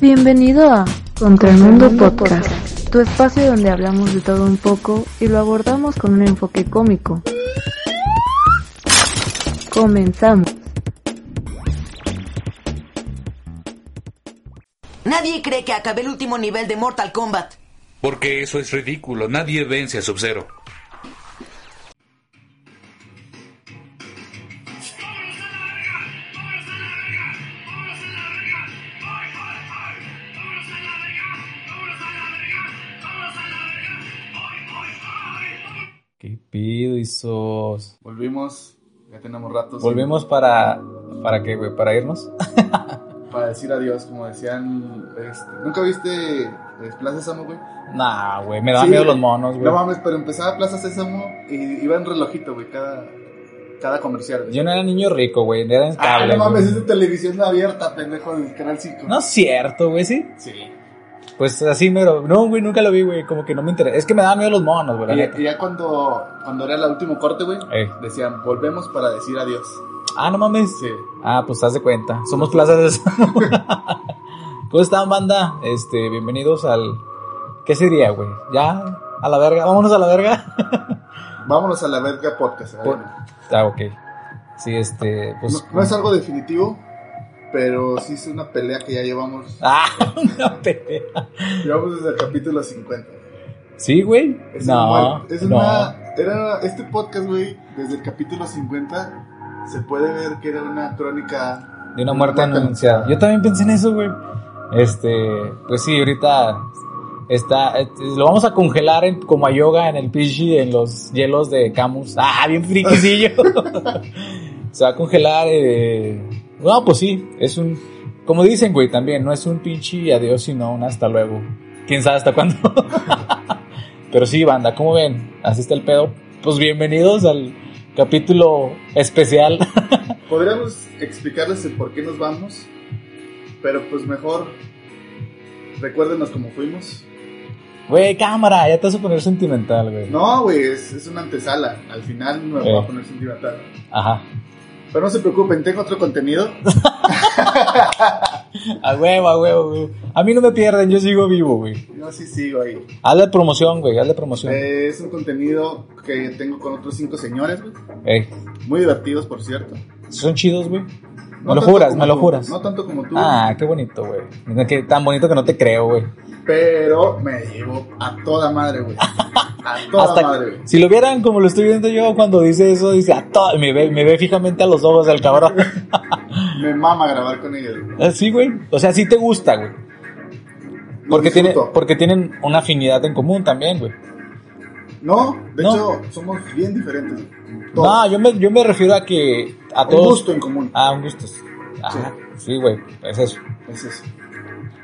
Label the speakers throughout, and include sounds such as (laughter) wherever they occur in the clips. Speaker 1: Bienvenido a Contra el Mundo Podcast, tu espacio donde hablamos de todo un poco y lo abordamos con un enfoque cómico. Comenzamos.
Speaker 2: Nadie cree que acabé el último nivel de Mortal Kombat.
Speaker 3: Porque eso es ridículo, nadie vence a Sub-Zero.
Speaker 4: ¿Qué pido, Isos?
Speaker 5: Volvimos, ya tenemos ratos.
Speaker 4: ¿Volvemos para. ¿Para qué, güey? ¿Para irnos?
Speaker 5: Para decir adiós, como decían. este, ¿Nunca viste eh, Plaza Sésamo, güey?
Speaker 4: (laughs) nah, güey, me dan
Speaker 5: Sí.
Speaker 4: miedo los monos, güey.
Speaker 5: No mames, pero empezaba Plaza Sésamo y iba en relojito, güey, cada, cada comercial. güey.
Speaker 4: Yo no era niño rico, güey, era en
Speaker 5: Ah,
Speaker 4: cable.
Speaker 5: no mames, es
Speaker 4: güey.
Speaker 5: de televisión abierta, pendejo, del Canal 5.
Speaker 4: No es cierto, güey, sí.
Speaker 5: Sí.
Speaker 4: Pues así, mero. No, güey, nunca lo vi, güey, como que no me interesa. Es que me daban miedo los monos, güey, la
Speaker 5: Y,
Speaker 4: neta.
Speaker 5: y ya cuando, cuando era el último corte, güey,
Speaker 4: Ey.
Speaker 5: decían, volvemos para decir adiós.
Speaker 4: Ah, no mames.
Speaker 5: Sí.
Speaker 4: Ah, pues haz de cuenta. Somos plazas
Speaker 5: (laughs)
Speaker 4: de Sésamo. ¿Cómo están, banda? Este, bienvenidos al. ¿Qué sería, güey? Ya, a la verga, vámonos a la verga. (laughs)
Speaker 5: Vámonos a la verga podcast.
Speaker 4: Por-
Speaker 5: ¿vale?
Speaker 4: ah, ok. Sí, este, pues.
Speaker 5: No, no es algo definitivo, pero sí es una pelea que
Speaker 4: (laughs)
Speaker 5: ya llevamos.
Speaker 4: Ah, una pelea.
Speaker 5: Llevamos desde el capítulo 50. güey.
Speaker 4: Sí, güey.
Speaker 5: Es
Speaker 4: No,
Speaker 5: una- es
Speaker 4: no.
Speaker 5: una- era, este podcast, güey, desde el capítulo 50, se puede ver que era una crónica.
Speaker 4: De una muerte
Speaker 5: una-
Speaker 4: anunciada. Yo también pensé en eso, güey. Este, pues sí, ahorita está, eh, lo vamos a congelar en- como a yoga en el pichi, en los hielos de Camus. Ah, bien (laughs) friquisillo. Se va a congelar. eh, No, pues sí, es un, como dicen, güey, también, no es un pinche adiós, sino un hasta luego. Quién sabe hasta cuándo. (laughs) Pero sí, banda, ¿cómo ven? Así está el pedo. Pues bienvenidos al capítulo especial.
Speaker 5: Podríamos explicarles el por qué nos vamos, pero pues mejor recuérdenos cómo fuimos.
Speaker 4: Güey, cámara, ya te vas a poner sentimental, güey.
Speaker 5: No, güey, es, es una antesala. Al final me voy
Speaker 4: Eh.
Speaker 5: a poner sentimental.
Speaker 4: Ajá.
Speaker 5: Pero no se preocupen, tengo otro
Speaker 4: (laughs)
Speaker 5: contenido.
Speaker 4: A huevo, a huevo, güey. A mí no me pierden, yo sigo vivo, güey.
Speaker 5: No, sí sigo ahí.
Speaker 4: Hazle promoción, güey, hazle promoción.
Speaker 5: Eh, es un contenido que tengo con otros cinco señores, güey.
Speaker 4: Ey,
Speaker 5: Muy divertidos, por cierto.
Speaker 4: son chidos, güey.
Speaker 5: No
Speaker 4: me lo
Speaker 5: tanto
Speaker 4: juras,
Speaker 5: como
Speaker 4: me lo
Speaker 5: tú,
Speaker 4: juras.
Speaker 5: No tanto como tú.
Speaker 4: Ah, qué bonito, güey. Mira que tan bonito que no te creo, güey.
Speaker 5: Pero me llevo a toda madre, güey. A toda
Speaker 4: Hasta
Speaker 5: madre, güey.
Speaker 4: si lo vieran como lo estoy viendo yo cuando dice eso, dice a todo, me ve, me ve fijamente a los ojos del
Speaker 5: (laughs)
Speaker 4: cabrón.
Speaker 5: Me mama grabar con ellos, güey.
Speaker 4: Así, güey. O sea, sí te gusta, güey.
Speaker 5: Los
Speaker 4: Porque, tiene,
Speaker 5: disfruto.
Speaker 4: porque tienen una afinidad en común también, güey.
Speaker 5: No, de
Speaker 4: No.
Speaker 5: hecho, somos bien diferentes. güey. Todos.
Speaker 4: No, yo me, yo me refiero a que a
Speaker 5: Un
Speaker 4: todos.
Speaker 5: gusto en común.
Speaker 4: Ah, un gusto. Ajá. Sí, güey. es eso.
Speaker 5: Es eso.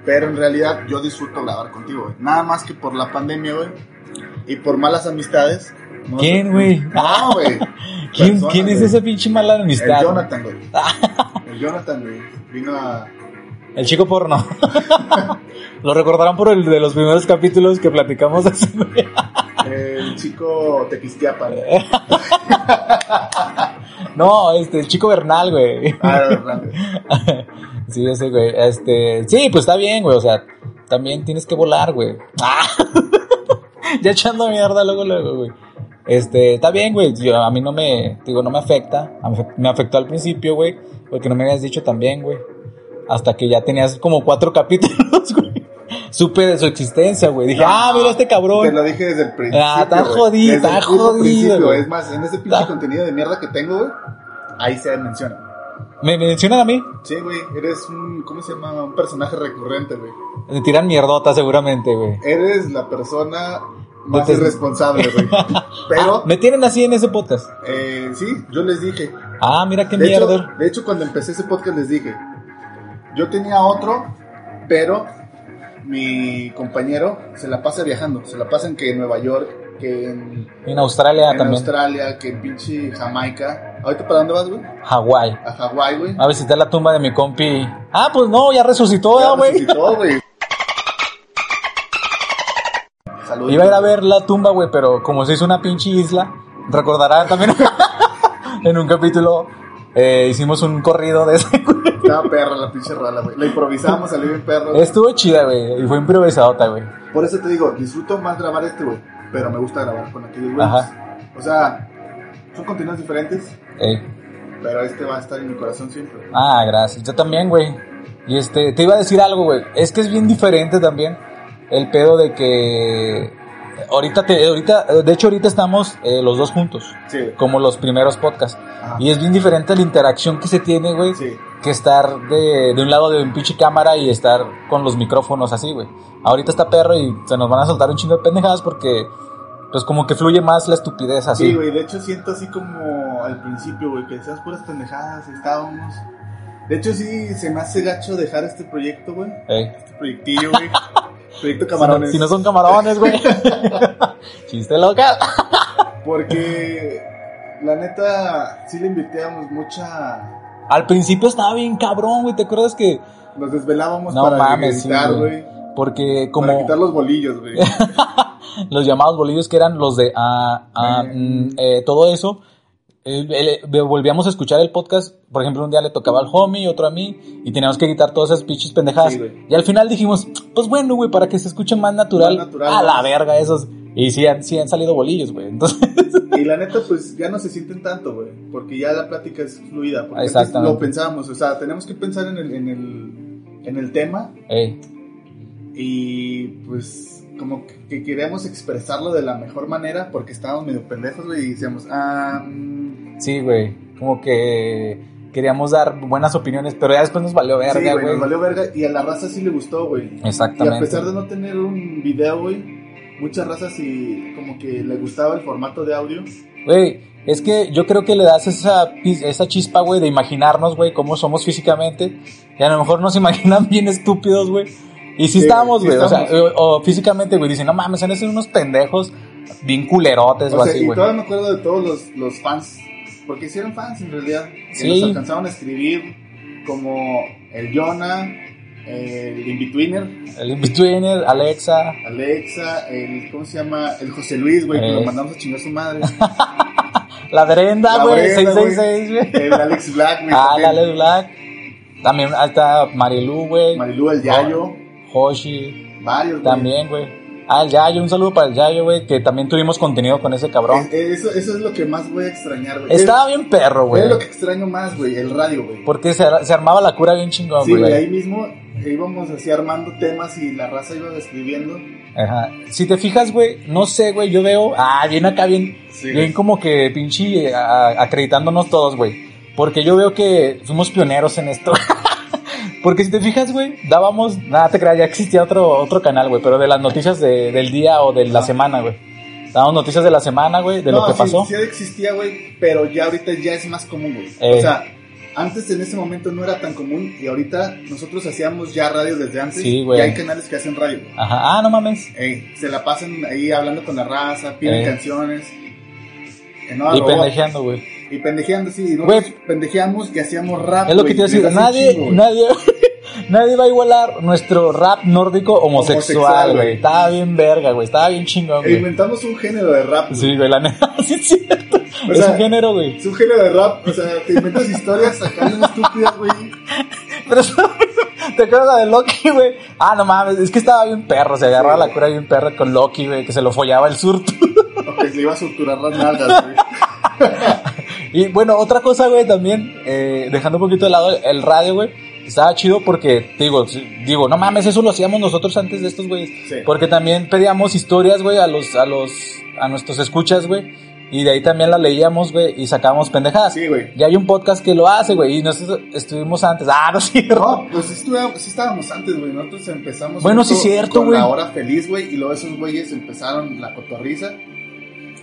Speaker 5: Pero en realidad yo disfruto grabar contigo, güey. Nada más que por la pandemia, güey. Y por malas amistades. no
Speaker 4: ¿Quién,
Speaker 5: sé.
Speaker 4: güey?
Speaker 5: No, güey.
Speaker 4: ¿Quién,
Speaker 5: Personas,
Speaker 4: quién es
Speaker 5: güey.
Speaker 4: esa pinche mala (laughs) amistad?
Speaker 5: El
Speaker 4: güey? (laughs)
Speaker 5: Jonathan, güey. El Jonathan, güey. Vino a...
Speaker 4: El chico porno. (laughs) Lo recordarán por el de los primeros capítulos que platicamos hace, (laughs) güey.
Speaker 5: El chico
Speaker 4: (laughs)
Speaker 5: Tequistiapa, güey.
Speaker 4: No, este, el chico Bernal, güey.
Speaker 5: Ah, Hernández.
Speaker 4: (laughs) Sí, ese, güey. Este, sí, pues está bien, güey. O sea, también tienes que volar, güey. (laughs) Ah. ya echando mierda luego, luego, güey. Este, está bien, güey. Yo- a mí no me, digo, no me afecta. A mí Me afectó al principio, güey. Porque no me habías dicho también, güey. Hasta que ya tenías como cuatro (laughs) capítulos, güey. Supe de su existencia, güey. Dije, ah, mira este
Speaker 5: Te
Speaker 4: cabrón.
Speaker 5: lo dije desde el principio.
Speaker 4: Ah, está
Speaker 5: güey.
Speaker 4: jodido,
Speaker 5: Desde
Speaker 4: está
Speaker 5: el puto
Speaker 4: jodido,
Speaker 5: principio.
Speaker 4: güey.
Speaker 5: Es más, en ese pinche
Speaker 4: Está-
Speaker 5: contenido de mierda que tengo, güey, ahí se menciona.
Speaker 4: Me me mencionan a mí.
Speaker 5: Sí, güey, eres un, ¿cómo se llama? Un personaje recurrente, güey.
Speaker 4: Me tiran mierdota seguramente, güey.
Speaker 5: Eres la persona más
Speaker 4: Entonces- Ah,
Speaker 5: irresponsable,
Speaker 4: (laughs)
Speaker 5: güey. Pero,
Speaker 4: Me tienen así en ese podcast.
Speaker 5: eh, sí, yo les dije.
Speaker 4: Ah, mira qué
Speaker 5: De hecho,
Speaker 4: mierda.
Speaker 5: de hecho, cuando empecé ese podcast les dije, yo tenía otro, pero mi compañero se la pasa viajando, se la pasa en que en Nueva York, que en
Speaker 4: En Australia
Speaker 5: en
Speaker 4: Ah, también.
Speaker 5: Australia, que en pinche Jamaica. ¿Ahorita para dónde vas, güey?
Speaker 4: Hawái.
Speaker 5: A Hawái, güey.
Speaker 4: A visitar la tumba de mi compi. Ah, pues no, ya resucitó, ah,
Speaker 5: Ya
Speaker 4: güey.
Speaker 5: resucitó, güey. Saludos.
Speaker 4: Iba a ir a ver la tumba, güey, (laughs) pero como se hizo una pinche isla, recordará también en un capítulo eh, hicimos un corrido de ese, güey.
Speaker 5: Estaba perra la pinche rola, güey. La improvisamos, salió bien perro. güey.
Speaker 4: Estuvo chida, güey. Y fue improvisadota, güey.
Speaker 5: Por eso te digo, disfruto más grabar este, güey. Pero me gusta grabar con aquellos güeyes.
Speaker 4: Ajá.
Speaker 5: O sea, son contenidos diferentes,
Speaker 4: Ey.
Speaker 5: pero este va a estar en mi corazón siempre.
Speaker 4: Eh, Ah, gracias. Yo también, güey. Y este, te iba a decir algo, güey. Es que es bien diferente también el pedo de que ahorita te, ahorita, eh, de hecho ahorita estamos eh, los dos juntos,
Speaker 5: Sí.
Speaker 4: como los primeros podcasts.
Speaker 5: Ajá.
Speaker 4: Y es bien diferente la interacción que se tiene, güey,
Speaker 5: Sí.
Speaker 4: que estar de, de un lado de un pinche cámara y estar con los micrófonos así, güey. Ahorita está perro y se nos van a soltar un chingo de pendejadas porque, pues como que fluye más la estupidez así.
Speaker 5: Sí, güey, de hecho siento así como al principio, güey, que decías puras pendejadas, estábamos. De hecho, sí, se me hace gacho dejar este proyecto, güey.
Speaker 4: Ey.
Speaker 5: Este
Speaker 4: (laughs)
Speaker 5: proyectillo, güey. Proyecto
Speaker 4: Si no,
Speaker 5: Camarones.
Speaker 4: si no son camarones, güey. (laughs) Chiste local.
Speaker 5: Porque, la neta, sí le invirtíamos mucha.
Speaker 4: Al principio estaba bien cabrón, güey. ¿Te acuerdas que?
Speaker 5: Nos desvelábamos
Speaker 4: No
Speaker 5: para
Speaker 4: mames, sí,
Speaker 5: editar,
Speaker 4: güey.
Speaker 5: güey.
Speaker 4: Porque como
Speaker 5: Para quitar los
Speaker 4: (laughs)
Speaker 5: bolillos, güey.
Speaker 4: los llamados bolillos que eran los de ah, ah,
Speaker 5: Mm.
Speaker 4: mm, eh, todo eso, eh, eh, eh, volvíamos a escuchar el podcast. Por ejemplo, un día le tocaba al homie, otro a mí, y teníamos que quitar todas esas pinches pendejadas.
Speaker 5: Sí, güey.
Speaker 4: y al final dijimos, pues bueno, güey, para que se escuche más natural.
Speaker 5: Más natural,
Speaker 4: a la
Speaker 5: más.
Speaker 4: verga, esos. Y sí han, sí han salido bolillos, güey. Entonces, (laughs)
Speaker 5: Y la neta, pues ya no se sienten tanto, güey. Porque ya la plática es fluida. Porque antes
Speaker 4: Exactamente.
Speaker 5: lo pensábamos. O sea, tenemos que pensar en el, en el, en el tema.
Speaker 4: ey,
Speaker 5: Y pues, como que, que queríamos expresarlo de la mejor manera. Porque estábamos medio pendejos, güey. Y decíamos, ah. mm,
Speaker 4: sí, güey. Como que queríamos dar buenas opiniones, pero ya después nos valió
Speaker 5: sí,
Speaker 4: verga,
Speaker 5: güey,
Speaker 4: güey.
Speaker 5: nos valió verga. Y a la raza sí le gustó, güey. Y
Speaker 4: Exactamente.
Speaker 5: a pesar de no tener un video, güey, muchas razas sí, como que le gustaba el formato de audio.
Speaker 4: Güey, es que yo creo que le das esa, pis- esa chispa, güey, de imaginarnos, güey, cómo somos físicamente. Y a lo mejor nos (laughs) imaginan bien estúpidos, güey. Y sí
Speaker 5: Sí,
Speaker 4: estábamos,
Speaker 5: sí
Speaker 4: güey. o sea,
Speaker 5: estábamos.
Speaker 4: o, o físicamente, güey, dicen, no mames, son esos unos pendejos bien culerotes o,
Speaker 5: O sea,
Speaker 4: así,
Speaker 5: y
Speaker 4: güey.
Speaker 5: todavía me acuerdo de todos los, los fans, porque hicieron fans en realidad, que
Speaker 4: Sí.
Speaker 5: nos alcanzaron a escribir, como el Jonah, el Inbetweener,
Speaker 4: El Inbetweener, Alexa.
Speaker 5: Alexa, el, ¿cómo se llama? El José Luis, güey, que
Speaker 4: Eh.
Speaker 5: lo mandamos a chingar a su
Speaker 4: (laughs)
Speaker 5: madre,
Speaker 4: La Drenda,
Speaker 5: La
Speaker 4: güey,
Speaker 5: Brenda,
Speaker 4: 666,
Speaker 5: (laughs)
Speaker 4: güey.
Speaker 5: el Alex Black, güey,
Speaker 4: Ah,
Speaker 5: también,
Speaker 4: la Alex Black. También hasta Marilu, güey.
Speaker 5: Marilú, el Yayo,
Speaker 4: Hoshi,
Speaker 5: varios, güey.
Speaker 4: también, güey. Ah, el Yayo, un saludo para el Yayo, güey, que también tuvimos contenido con ese cabrón.
Speaker 5: Es- es- Eh, Eso, eso es lo que más voy a extrañar, güey.
Speaker 4: Estaba bien perro,
Speaker 5: Es-
Speaker 4: güey.
Speaker 5: es lo que extraño más, güey, el radio, güey.
Speaker 4: Porque se, se armaba la cura bien chingón,
Speaker 5: Sí, güey,
Speaker 4: güey.
Speaker 5: ahí mismo íbamos así armando temas y la raza iba escribiendo.
Speaker 4: Ajá. Si te fijas, güey, no sé, güey, yo veo, ah, bien acá, bien,
Speaker 5: Sí,
Speaker 4: bien como que pinche eh, a- acreditándonos todos, güey. Porque yo veo que fuimos pioneros en esto. (laughs) Porque si te fijas, güey, dábamos, nada te creas, ya existía otro, otro canal, güey, pero de las noticias de- del día o de la semana, güey. Dábamos noticias de la semana, güey, de lo
Speaker 5: No,
Speaker 4: que
Speaker 5: sí,
Speaker 4: pasó.
Speaker 5: Sí, existía, güey, pero ya ahorita ya es más común, güey.
Speaker 4: Eh.
Speaker 5: O sea, antes en ese momento no era tan común y ahorita nosotros hacíamos ya radio desde antes.
Speaker 4: Sí, güey.
Speaker 5: Y hay canales que hacen radio. güey.
Speaker 4: Ajá, ah, no mames.
Speaker 5: Ey, se la pasan ahí hablando con la raza, piden
Speaker 4: Eh.
Speaker 5: canciones. Eh, no,
Speaker 4: Y
Speaker 5: luego-
Speaker 4: pendejeando, güey.
Speaker 5: Y pendejeando, sí. Y
Speaker 4: Güey.
Speaker 5: nosotros pendejeamos y hacíamos rap.
Speaker 4: Es lo que
Speaker 5: güey,
Speaker 4: te iba a decir,
Speaker 5: desde hace un
Speaker 4: nadie,
Speaker 5: chingo, güey.
Speaker 4: nadie, (laughs) nadie va a igualar nuestro rap nórdico homosexual,
Speaker 5: Homosexual,
Speaker 4: güey.
Speaker 5: güey.
Speaker 4: Estaba bien verga, güey. Estaba bien chingón,
Speaker 5: E
Speaker 4: güey.
Speaker 5: inventamos un género de rap. güey.
Speaker 4: Sí, güey, la neta, (laughs) sí es cierto.
Speaker 5: O
Speaker 4: es
Speaker 5: sea,
Speaker 4: un género, güey.
Speaker 5: Es un género de rap, o sea, te inventas historias acá bien (laughs) estúpidas, güey.
Speaker 4: Pero (laughs) te acuerdas la de Loki, güey. Ah, no mames, es que estaba bien perro, se agarraba la cura bien perro con Loki, güey, que se lo follaba el surto.
Speaker 5: O que le iba a suturar las nalgas, güey.
Speaker 4: Y bueno, otra cosa, güey, también, eh, dejando un poquito de lado el radio, güey, estaba chido porque, te digo, sí, digo, no mames, eso lo hacíamos nosotros antes de estos güeyes.
Speaker 5: Sí.
Speaker 4: Porque también pedíamos historias, güey, a los, a los, a nuestros escuchas, güey. Y de ahí también las leíamos, güey, y sacábamos pendejadas.
Speaker 5: Sí, güey.
Speaker 4: Y hay un podcast que lo hace, güey, y nosotros estuvimos antes. Ah, no es cierto.
Speaker 5: No, pues sí, estuve- sí estábamos antes, güey. Nosotros empezamos.
Speaker 4: Bueno,
Speaker 5: junto
Speaker 4: sí, cierto,
Speaker 5: con
Speaker 4: güey.
Speaker 5: La hora feliz, güey. Y luego esos güeyes empezaron la cotorriza.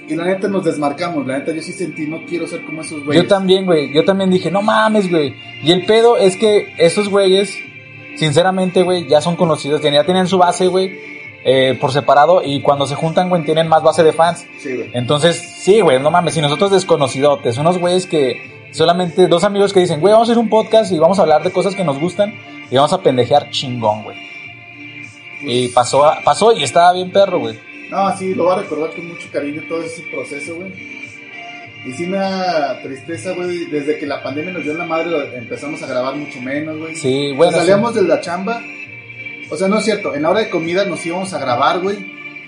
Speaker 5: Y la neta nos desmarcamos. La neta yo sí sentí, no quiero ser como esos güeyes.
Speaker 4: Yo también, güey. Yo también dije, no mames, güey. Y el pedo es que esos güeyes, sinceramente, güey, ya son conocidos. Ya tienen su base, güey, eh, por separado. Y cuando se juntan, güey, tienen más base de fans.
Speaker 5: Sí, güey.
Speaker 4: Entonces, sí, güey, no mames. Y nosotros desconocidotes, unos güeyes que solamente dos amigos que dicen, güey, vamos a hacer un podcast y vamos a hablar de cosas que nos gustan. Y vamos a pendejear chingón, güey. Y pasó, a- pasó y estaba bien perro, güey.
Speaker 5: No, sí, lo voy a recordar con mucho cariño todo ese proceso, güey. Y sí me da tristeza, güey. Desde que la pandemia nos dio en la madre, lo- empezamos a grabar mucho menos, güey.
Speaker 4: Sí, bueno,
Speaker 5: Nos salíamos de la chamba. O sea, no es cierto. En la hora de comida nos íbamos a grabar, güey.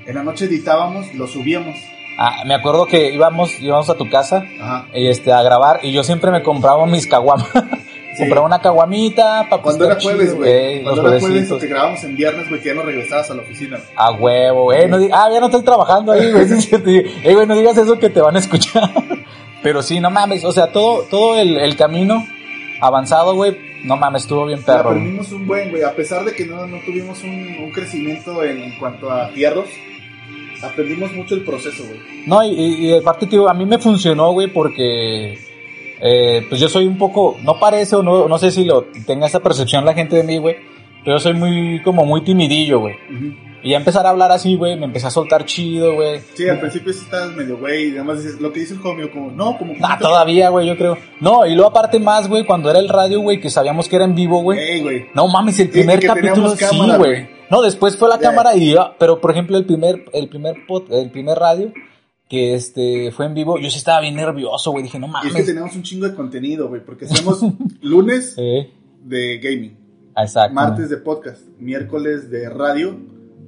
Speaker 5: En la noche editábamos, lo subíamos.
Speaker 4: Ah, me acuerdo que íbamos, íbamos a tu casa
Speaker 5: Ajá.
Speaker 4: y, este, a grabar y yo siempre me compraba mis caguamas. (laughs) Compraba una caguamita para
Speaker 5: Cuando era jueves, güey.
Speaker 4: Los
Speaker 5: Cuando era jueves, o
Speaker 4: juevesitos.
Speaker 5: que grabábamos en viernes, güey, que ya no regresabas a la oficina.
Speaker 4: A huevo, eh, no di- ah, ya no estoy trabajando ahí, güey. (laughs) Sí, sí, sí. Eh, güey, no digas eso que te van a escuchar. (laughs) Pero sí, no mames, o sea, todo, todo el, el camino avanzado, güey, no mames, estuvo bien
Speaker 5: Pero
Speaker 4: perro. güey.
Speaker 5: aprendimos un buen, güey. A pesar de que no, no tuvimos un, un crecimiento en, en cuanto a fierros, aprendimos mucho el proceso, güey.
Speaker 4: No, y, y, y aparte, tío, a mí me funcionó, güey, porque eh, pues yo soy un poco, no parece o no, no sé si lo tenga esa percepción la gente de mí, güey, pero yo soy muy, como muy timidillo, güey. Y ya empezar a hablar así, güey, me empecé a soltar chido, güey. Ah,
Speaker 5: Sí, al principio sí estabas medio güey, y además dices, lo que dice el homio, como, no, como que...
Speaker 4: Nah, Ah, todavía, güey, yo creo. No, y luego aparte más, güey, cuando era el radio, güey, que sabíamos que era en vivo, güey.
Speaker 5: Ey, güey.
Speaker 4: No mames, el
Speaker 5: Eh, Sí,
Speaker 4: primer
Speaker 5: que
Speaker 4: capítulo
Speaker 5: teníamos cámara,
Speaker 4: sí, güey.
Speaker 5: güey.
Speaker 4: No, después fue la
Speaker 5: Ya.
Speaker 4: cámara y ah, pero por ejemplo el primer el primer pod- el primer radio que este fue en vivo, yo sí estaba bien nervioso, güey, dije, no
Speaker 5: Y es que
Speaker 4: Ah, mames.
Speaker 5: tenemos un chingo de contenido,
Speaker 4: (laughs)
Speaker 5: güey, porque hacemos lunes
Speaker 4: Sí,
Speaker 5: de gaming,
Speaker 4: exacto.
Speaker 5: martes de podcast, miércoles de radio,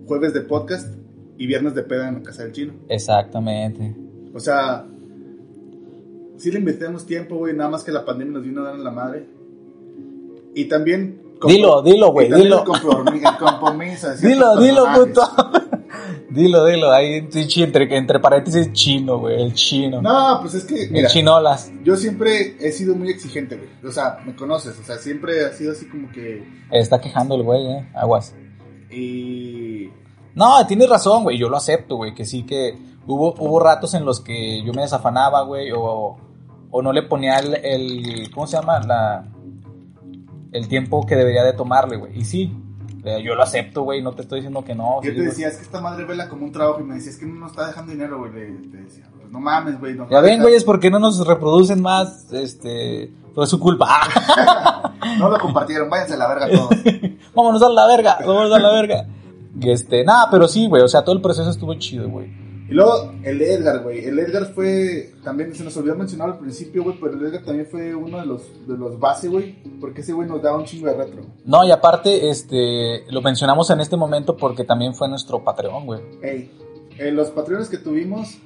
Speaker 5: jueves de podcast y viernes de peda en la casa del chino.
Speaker 4: Exactamente.
Speaker 5: O sea, sí le invertimos tiempo, güey, nada más que la pandemia nos vino a dar en la madre. Y también...
Speaker 4: Dilo, dilo, güey,
Speaker 5: y también
Speaker 4: dilo.
Speaker 5: el compromi- el compromiso
Speaker 4: (laughs)
Speaker 5: de ciertos
Speaker 4: Dilo, dilo,
Speaker 5: personajes.
Speaker 4: puto. (laughs) dilo, dilo, ahí en Twitch, entre entre paréntesis chino, güey, el chino.
Speaker 5: No, pues es que,
Speaker 4: el
Speaker 5: mira,
Speaker 4: chinolas.
Speaker 5: yo siempre he sido muy exigente, güey. O sea, me conoces, o sea, siempre ha sido así como que...
Speaker 4: Está quejando el güey, eh. Aguas.
Speaker 5: Y...
Speaker 4: No, tienes razón, güey. Yo lo acepto, güey. Que sí que hubo, hubo ratos en los que yo me desafanaba, güey. O, o no le ponía el, el- ¿Cómo se llama? La, el tiempo que debería de tomarle, güey. Y sí, eh, yo lo acepto, güey. No te estoy diciendo que no.
Speaker 5: Yo
Speaker 4: sí,
Speaker 5: te
Speaker 4: güey.
Speaker 5: decía, es que esta madre vela como un trabajo y me decía, es que no nos está dejando dinero, güey. Le- Te decía, pues no mames, güey. nos va
Speaker 4: Ya
Speaker 5: a
Speaker 4: ven,
Speaker 5: dejar-
Speaker 4: güey, es porque no nos reproducen más. Este. Fue su culpa. (laughs)
Speaker 5: No lo compartieron, váyanse a la verga todos.
Speaker 4: vámonos a la verga, vámonos a la verga. Y Este, nada, pero sí, güey. O sea, todo el proceso estuvo chido, güey.
Speaker 5: Y luego el de Edgar, güey. El Edgar fue, también se nos olvidó mencionar al principio, güey, pero el Edgar también fue uno de los, de los base, güey. Porque ese güey nos daba un chingo de retro.
Speaker 4: No, y aparte, este, lo mencionamos en este momento porque también fue nuestro Patreon, güey.
Speaker 5: Ey, eh, los patrones que tuvimos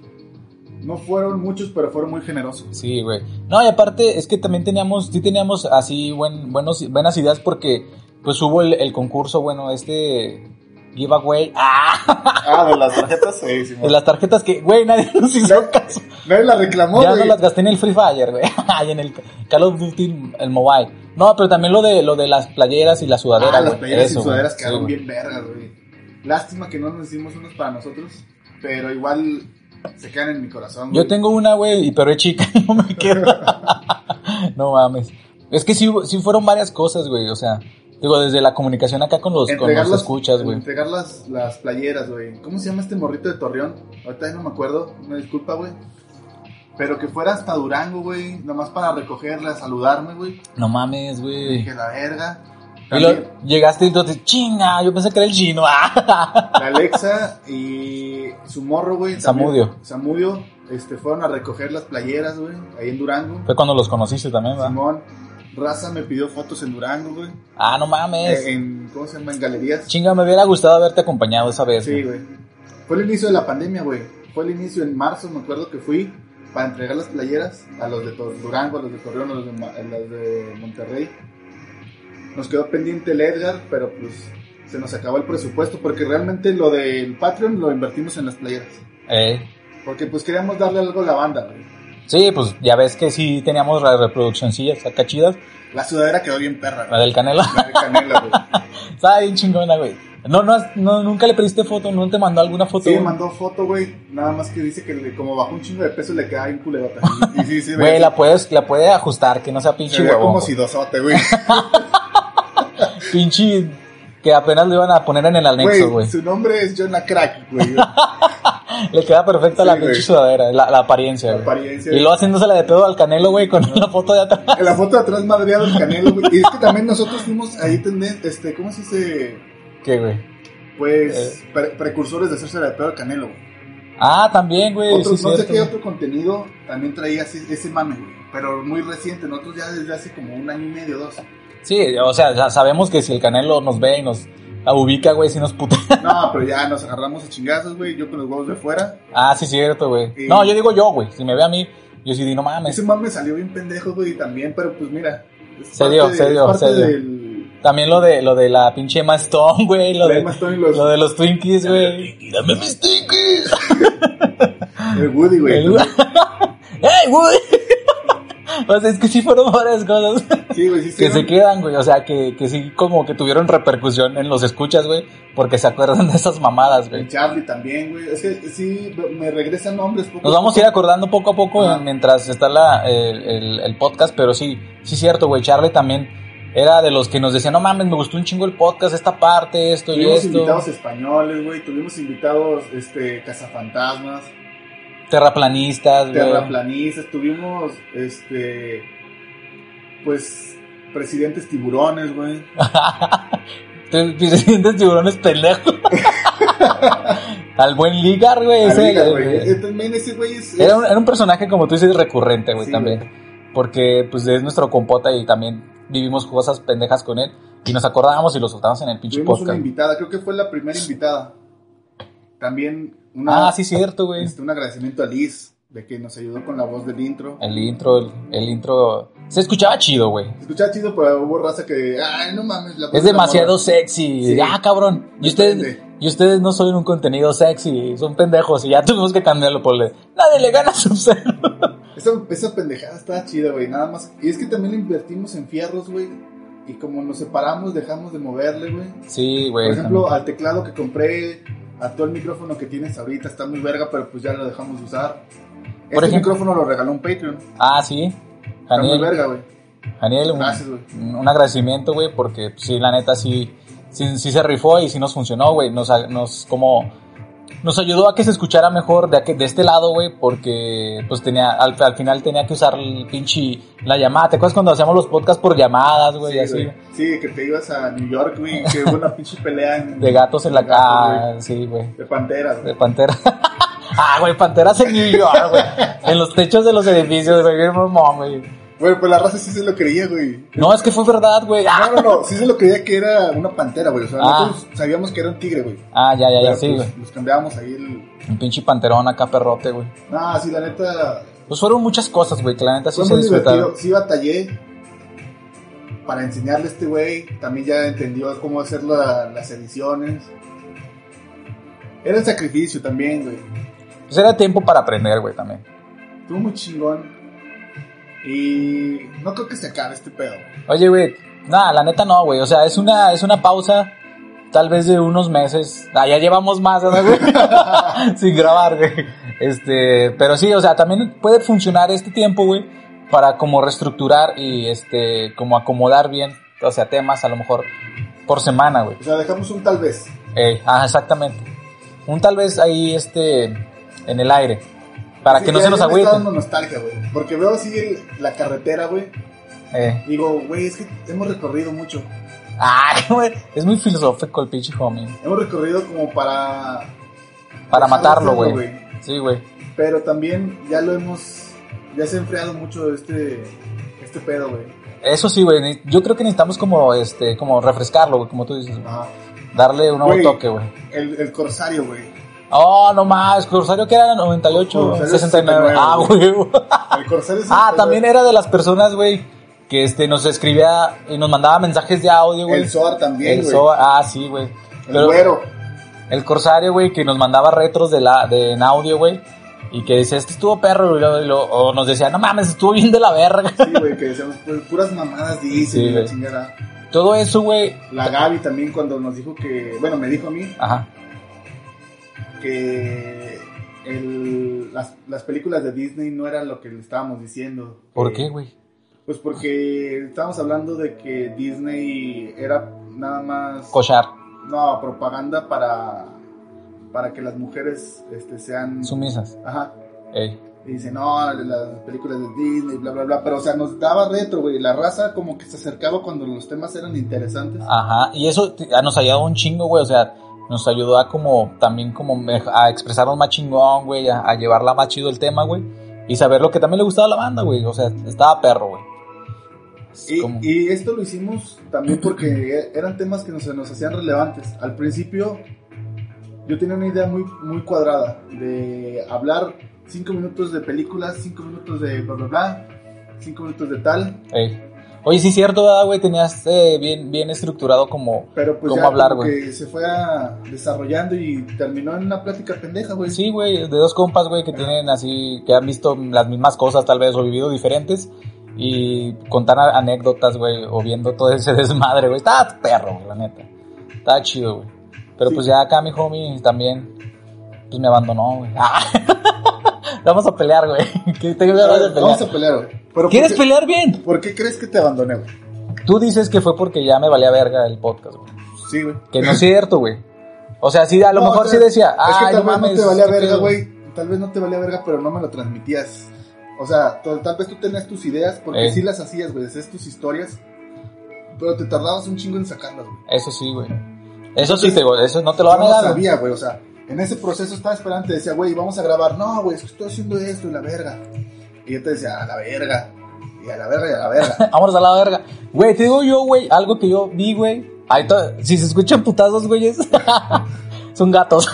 Speaker 5: no fueron muchos, pero fueron muy generosos.
Speaker 4: Sí, güey. No, y aparte es que también teníamos, sí teníamos así buen, buenos, buenas ideas porque pues hubo el, el concurso, bueno, este giveaway (laughs) ¡Ah!
Speaker 5: (laughs) Ah, de las tarjetas, sí, sí.
Speaker 4: de
Speaker 5: (laughs)
Speaker 4: las tarjetas que, güey, nadie (laughs) nos hizo caso.
Speaker 5: Nadie la reclamó,
Speaker 4: Ya
Speaker 5: güey.
Speaker 4: no las gasté en el Free Fire, güey. (laughs) Y en el Call of Duty, el mobile. No, pero también lo de, lo de las playeras y la sudadera,
Speaker 5: Ah, las
Speaker 4: güey.
Speaker 5: playeras
Speaker 4: Eso,
Speaker 5: y sudaderas
Speaker 4: güey.
Speaker 5: quedaron
Speaker 4: Sí, güey.
Speaker 5: bien vergas, güey. Lástima que no nos hicimos unos para nosotros, pero igual se quedan en mi corazón,
Speaker 4: Yo
Speaker 5: güey.
Speaker 4: tengo una, güey, y pero es chica, (laughs) no me queda. no mames. Es que sí, hubo- sí fueron varias cosas, güey. O sea, digo, desde la comunicación acá con los, Pues, con los
Speaker 5: las-
Speaker 4: escuchas, güey.
Speaker 5: Entregar las, las playeras, güey. ¿Cómo se llama este morrito de Torreón? Ahorita ya no me acuerdo, una disculpa, güey. Pero que fuera hasta Durango, güey, nomás para recogerla, saludarme, güey.
Speaker 4: No mames, güey.
Speaker 5: Dije, la verga.
Speaker 4: Y luego
Speaker 5: También,
Speaker 4: llegaste y entonces, chinga, yo pensé que era el chino. (laughs) ah.
Speaker 5: la Alexa y su morro, güey. también-
Speaker 4: Samudio.
Speaker 5: Samudio, este, fueron a recoger las playeras, güey, ahí en Durango.
Speaker 4: Fue cuando los conociste también, ¿verdad?
Speaker 5: Simón, Raza me pidió fotos en Durango, güey.
Speaker 4: Ah, no mames.
Speaker 5: Eh, en, ¿Cómo se llama? En galerías.
Speaker 4: Chinga, me hubiera gustado haberte acompañado esa vez.
Speaker 5: Sí,
Speaker 4: güey.
Speaker 5: güey. Fue el inicio de la pandemia, güey. Fue el inicio en marzo, me acuerdo que fui para entregar las playeras a los de Tor- Durango, a los de Torreón, a los de, Ma- a los de Monterrey. Nos quedó pendiente el Edgar, pero pues se nos acabó el presupuesto porque realmente lo del Patreon lo invertimos en las playeras.
Speaker 4: Eh.
Speaker 5: Porque pues queríamos darle algo a la banda, güey.
Speaker 4: Sí, pues ya ves que sí teníamos las reproduccioncillas acá chidas.
Speaker 5: La sudadera quedó bien perra,
Speaker 4: La
Speaker 5: güey.
Speaker 4: del canelo. (laughs)
Speaker 5: La de Canela, güey.
Speaker 4: Estaba bien chingona, güey. No, no, has- no, nunca le pediste foto, no te mandó alguna foto.
Speaker 5: Sí, me
Speaker 4: güey?
Speaker 5: mandó foto, güey. Nada más que dice que le- como bajó un chingo de peso le queda bien
Speaker 4: (laughs)
Speaker 5: culerota. Y, y sí, sí,
Speaker 4: Güey,
Speaker 5: ve-
Speaker 4: la puedes, la puede ajustar, que no sea pinche
Speaker 5: se veía
Speaker 4: huevón.
Speaker 5: como
Speaker 4: güey.
Speaker 5: si dosote, güey.
Speaker 4: Pinche que apenas le iban a poner en el anexo,
Speaker 5: Güey,
Speaker 4: güey.
Speaker 5: su nombre es Jonah Crack,
Speaker 4: (laughs)
Speaker 5: güey.
Speaker 4: Le queda perfecta
Speaker 5: Sí,
Speaker 4: la
Speaker 5: güey.
Speaker 4: pinche sudadera, la, la apariencia,
Speaker 5: La
Speaker 4: güey.
Speaker 5: apariencia.
Speaker 4: Y luego haciéndosela de pedo al canelo, güey, con la foto de atrás.
Speaker 5: En la foto de atrás madreado el canelo, güey. Y es que también nosotros fuimos ahí tener, este, ¿cómo se dice?
Speaker 4: ¿Qué, güey? Eh.
Speaker 5: Pues, pre- precursores de hacerse la de pedo al canelo, güey.
Speaker 4: Ah, también, güey.
Speaker 5: Otro-
Speaker 4: Sí,
Speaker 5: no sé
Speaker 4: cierto.
Speaker 5: qué otro contenido también traía ese, ese mame, güey. Pero muy reciente, nosotros ya desde hace como un año y medio, dos.
Speaker 4: Sí, o sea, ya sabemos que si el Canelo nos ve y nos ubica, güey, si nos puta.
Speaker 5: No, pero ya nos agarramos a chingazos, güey. Yo con los huevos de fuera.
Speaker 4: (laughs) Ah, sí, cierto, güey.
Speaker 5: Sí.
Speaker 4: No, yo digo yo, güey. Si me ve a mí, yo sí digo, no mames.
Speaker 5: Ese mame salió bien pendejo, güey, también. Pero pues mira. es
Speaker 4: Se dio,
Speaker 5: parte
Speaker 4: se
Speaker 5: de-
Speaker 4: dio,
Speaker 5: es parte
Speaker 4: se dio.
Speaker 5: del-
Speaker 4: También lo de, lo de la pinche Emma Stone, güey. Lo,
Speaker 5: La
Speaker 4: de-
Speaker 5: Emma Stone y los-
Speaker 4: lo de los Twinkies, güey. Dame mis Twinkies.
Speaker 5: El Woody, güey.
Speaker 4: El- (laughs) ¡Ey, güey! (laughs) o sea, es que sí fueron varias cosas.
Speaker 5: Sí, güey, sí, sí.
Speaker 4: Que se
Speaker 5: ¿no?
Speaker 4: quedan, güey. O sea, que, que sí como que tuvieron repercusión en los escuchas, güey. Porque se acuerdan de esas mamadas,
Speaker 5: El
Speaker 4: güey.
Speaker 5: Charlie también, güey. Es que sí, me regresan nombres. poco
Speaker 4: Nos
Speaker 5: a
Speaker 4: vamos a
Speaker 5: poco.
Speaker 4: ir acordando poco a poco
Speaker 5: Ajá.
Speaker 4: eh, mientras está la, eh, el, el podcast, pero sí, sí cierto, güey. Charlie también era de los que nos decía, no mames, me gustó un chingo el podcast, esta parte, esto y
Speaker 5: Tuvimos
Speaker 4: esto.
Speaker 5: invitados españoles, güey. Tuvimos invitados, este, cazafantasmas,
Speaker 4: Terraplanistas, güey.
Speaker 5: terraplanistas. Tuvimos, este, pues, presidentes tiburones, güey.
Speaker 4: (laughs) Te- Presidentes tiburones pendejos.
Speaker 5: (laughs)
Speaker 4: Al buen ligar, güey. ese,
Speaker 5: Amigas,
Speaker 4: eh,
Speaker 5: güey.
Speaker 4: eh,
Speaker 5: Eh, También ese güey es...
Speaker 4: Era un, era un personaje, como tú dices, recurrente, güey,
Speaker 5: Sí,
Speaker 4: también. Porque, pues, es nuestro compota y también vivimos cosas pendejas con él. Y nos acordábamos y lo soltábamos en el pinche
Speaker 5: Tuvimos una
Speaker 4: podcast.
Speaker 5: invitada, creo que fue la primera invitada. También una,
Speaker 4: Ah, sí, cierto, güey.
Speaker 5: este, un agradecimiento a Liz, de que nos ayudó con la voz del intro.
Speaker 4: El intro, el, el intro... Se escuchaba chido, güey.
Speaker 5: Escuchaba chido, pero hubo raza que... Ay, no mames, la voz
Speaker 4: Es
Speaker 5: de la
Speaker 4: demasiado
Speaker 5: morra".
Speaker 4: sexy.
Speaker 5: Sí.
Speaker 4: Ah, cabrón. Y ustedes,
Speaker 5: Depende.
Speaker 4: y ustedes no son un contenido sexy. Son pendejos y ya tuvimos que cambiarlo por... el de, Nadie le gana a Sub-Zero".
Speaker 5: Esa, esa pendejada estaba chida, güey, nada más. Y es que también le invertimos en fierros, güey. Y como nos separamos, dejamos de moverle, güey.
Speaker 4: Sí, güey.
Speaker 5: Por ejemplo, al teclado que compré, a todo el micrófono que tienes ahorita, está muy verga, pero pues ya lo dejamos de usar. Este
Speaker 4: ejemplo-
Speaker 5: micrófono lo regaló un Patreon.
Speaker 4: también. Ah, sí.
Speaker 5: Está muy
Speaker 4: Daniel,
Speaker 5: verga, güey.
Speaker 4: Daniel, un,
Speaker 5: Gracias, güey.
Speaker 4: un agradecimiento, güey, porque pues, sí, la neta sí, sí, sí se rifó y sí nos funcionó, güey. Nos, a- nos como nos ayudó a que se escuchara mejor de, aqu- de este lado, güey, porque pues tenía al, al final tenía que usar el pinche la llamada. ¿Te acuerdas cuando hacíamos los podcasts por llamadas, güey, y
Speaker 5: Sí,
Speaker 4: así?
Speaker 5: güey. Sí, que te ibas a New York, güey, que hubo una pinche pelea en-
Speaker 4: De gatos en la
Speaker 5: de gatos,
Speaker 4: casa,
Speaker 5: güey,
Speaker 4: sí, güey.
Speaker 5: De panteras, güey.
Speaker 4: De pantera. (laughs) ah, güey, panteras en New York, güey. En los techos de los edificios, güey, bien mamón, güey.
Speaker 5: Güey, pues la raza sí se lo creía, güey.
Speaker 4: No, es que fue verdad, güey. Ah,
Speaker 5: No, no, no, sí se lo creía que era una pantera, güey. O sea,
Speaker 4: Ah.
Speaker 5: nosotros sabíamos que era un tigre, güey.
Speaker 4: Ah, ya, ya, ya,
Speaker 5: Pero,
Speaker 4: sí,
Speaker 5: pues,
Speaker 4: güey.
Speaker 5: Nos cambiábamos ahí el...
Speaker 4: Un pinche panterón acá perrote, güey.
Speaker 5: Ah, sí, la neta,
Speaker 4: Pues fueron muchas cosas, güey, que la neta sí
Speaker 5: fue
Speaker 4: se
Speaker 5: muy divertido.
Speaker 4: disfrutaron.
Speaker 5: Sí batallé para enseñarle a este güey. También ya entendió cómo hacer la- las ediciones. Era el sacrificio también, güey.
Speaker 4: Pues era tiempo para aprender, güey, también.
Speaker 5: Estuvo muy chingón. Y no creo que se acabe este pedo. güey.
Speaker 4: Oye, güey, nada, la neta no, güey. O sea, es una, es una pausa tal vez de unos meses. Ah, ya llevamos más, ¿verdad, güey? (laughs) Sin grabar, güey. Este, pero sí, o sea, también puede funcionar este tiempo, güey, para como reestructurar y este, como acomodar bien, o sea, temas a lo mejor por semana, güey.
Speaker 5: O sea, dejamos un tal vez.
Speaker 4: Ey, ah, exactamente. Un tal vez ahí, este, en el aire. Para
Speaker 5: Sí,
Speaker 4: que no
Speaker 5: ya-
Speaker 4: se nos
Speaker 5: ya me
Speaker 4: agüite.
Speaker 5: Está dando nostalgia, güey. Porque veo así el- la carretera, güey.
Speaker 4: Eh.
Speaker 5: Digo, güey, es que hemos recorrido mucho.
Speaker 4: Ay, Ah, (laughs) güey, es muy filosófico el pinche homie.
Speaker 5: Hemos recorrido como para.
Speaker 4: Para
Speaker 5: dejar de
Speaker 4: matarlo,
Speaker 5: hacerlo,
Speaker 4: güey. Sí, güey.
Speaker 5: Pero también ya lo hemos. Ya se ha enfriado mucho este. Este pedo, güey.
Speaker 4: Eso sí, güey. ne- Yo creo que necesitamos como, este, como refrescarlo, güey, como tú dices. güey.
Speaker 5: Ajá.
Speaker 4: Darle un nuevo
Speaker 5: Güey.
Speaker 4: toque, güey.
Speaker 5: El, el Corsario, güey.
Speaker 4: Oh, no más. Corsario que era 98,
Speaker 5: Corsario
Speaker 4: 69.
Speaker 5: 69,
Speaker 4: Ah, güey.
Speaker 5: (laughs) El Corsario es el
Speaker 4: ah,
Speaker 5: pedo.
Speaker 4: también era de las personas, güey, que este, nos escribía y nos mandaba mensajes de audio, güey.
Speaker 5: El Zoar también,
Speaker 4: El
Speaker 5: güey.
Speaker 4: Zoa- Ah, sí, güey.
Speaker 5: El
Speaker 4: Pero-
Speaker 5: güero.
Speaker 4: El Corsario, güey, que nos mandaba retros de la, de, en audio, güey. Y que decía, este estuvo perro, y lo- y lo- o nos decía, no mames, estuvo bien de la verga.
Speaker 5: Sí, güey, que decíamos, pues, puras mamadas dicen
Speaker 4: Sí,
Speaker 5: y la
Speaker 4: güey.
Speaker 5: chingada.
Speaker 4: Todo eso, güey.
Speaker 5: La Gaby también cuando nos dijo que. Bueno, me dijo a mí
Speaker 4: Ajá.
Speaker 5: que. el- las, las películas de Disney no eran lo que le estábamos diciendo.
Speaker 4: ¿Por
Speaker 5: Eh,
Speaker 4: qué, güey?
Speaker 5: Pues porque estábamos hablando de que Disney era nada más.
Speaker 4: Cochar,
Speaker 5: No, propaganda para, para que las mujeres este, sean...
Speaker 4: sumisas.
Speaker 5: Ajá.
Speaker 4: Ey.
Speaker 5: Y dice, no, las películas de Disney, bla, bla, bla. Pero, o sea, nos daba retro, güey. La raza
Speaker 4: Ah,
Speaker 5: como que se acercaba cuando los temas eran interesantes.
Speaker 4: Ajá. Y eso te- ah, nos ha ayudado un chingo, güey. O sea, Nos ayudó a como, también como me- a expresarnos más chingón, güey, a, a llevarla más chido el tema, güey. Y saber lo que también le gustaba a la banda, güey. O sea, estaba perro, güey. Es
Speaker 5: Y,
Speaker 4: como-
Speaker 5: y esto lo hicimos también porque e- eran temas que nos, nos hacían relevantes. Al principio yo tenía una idea muy, muy cuadrada de hablar 5 minutos de películas, 5 minutos de bla bla bla, 5 minutos de tal,
Speaker 4: Ey. Oye, sí, cierto, ¿verdad, güey. Tenías eh, bien, bien estructurado como.
Speaker 5: pero pues
Speaker 4: ¿Cómo
Speaker 5: ya
Speaker 4: hablar,
Speaker 5: como
Speaker 4: güey?
Speaker 5: que se fue a- desarrollando y terminó en una plática pendeja, güey.
Speaker 4: Sí, güey, de dos compas, güey, que tienen así, que han visto las mismas cosas tal vez o vivido diferentes y contar a- anécdotas, güey, o viendo todo ese (laughs) desmadre, güey. Está perro, güey, la neta. Está chido, güey. Pero
Speaker 5: Sí.
Speaker 4: pues ya acá mi homie también, pues me abandonó, güey. (laughs) Ah. Vamos a pelear, güey. (laughs) ¿Qué tengo ganas de
Speaker 5: Vamos a
Speaker 4: pelear?
Speaker 5: pelear, güey. Pero
Speaker 4: ¿Quieres
Speaker 5: ¿por qué-
Speaker 4: pelear bien?
Speaker 5: ¿Por qué crees que te abandoné, güey?
Speaker 4: Tú dices que fue porque ya me valía verga el podcast, güey.
Speaker 5: Sí, güey.
Speaker 4: Que
Speaker 5: (laughs)
Speaker 4: no es cierto, güey. O sea, sí, a lo
Speaker 5: No,
Speaker 4: mejor
Speaker 5: o
Speaker 4: sí
Speaker 5: sea,
Speaker 4: decía,
Speaker 5: Es que
Speaker 4: ah,
Speaker 5: tal
Speaker 4: no
Speaker 5: vez
Speaker 4: mames.
Speaker 5: no te valía
Speaker 4: qué
Speaker 5: verga,
Speaker 4: pedo".
Speaker 5: güey. Tal vez no te valía verga, pero no me lo transmitías. O sea, tal, tal vez tú tenías tus ideas, porque
Speaker 4: Eh.
Speaker 5: sí las hacías, güey, hacías tus historias, pero te tardabas un chingo en sacarlas, güey.
Speaker 4: Eso sí, güey. Eso sí, te, digo, eso no te lo
Speaker 5: Yo
Speaker 4: van a
Speaker 5: no
Speaker 4: dar. güey.
Speaker 5: sabía, güey, o sea, en ese proceso estaba esperando, te decía, güey, vamos a grabar. No, güey, es que estoy haciendo esto y la verga. Y yo te decía, a la verga, y a la verga, y a la
Speaker 4: (laughs)
Speaker 5: verga.
Speaker 4: Vámonos a la verga. Güey, te digo yo, güey, algo que yo vi, güey. Ahí to- si se escuchan putazos, güeyes, (laughs) son gatos.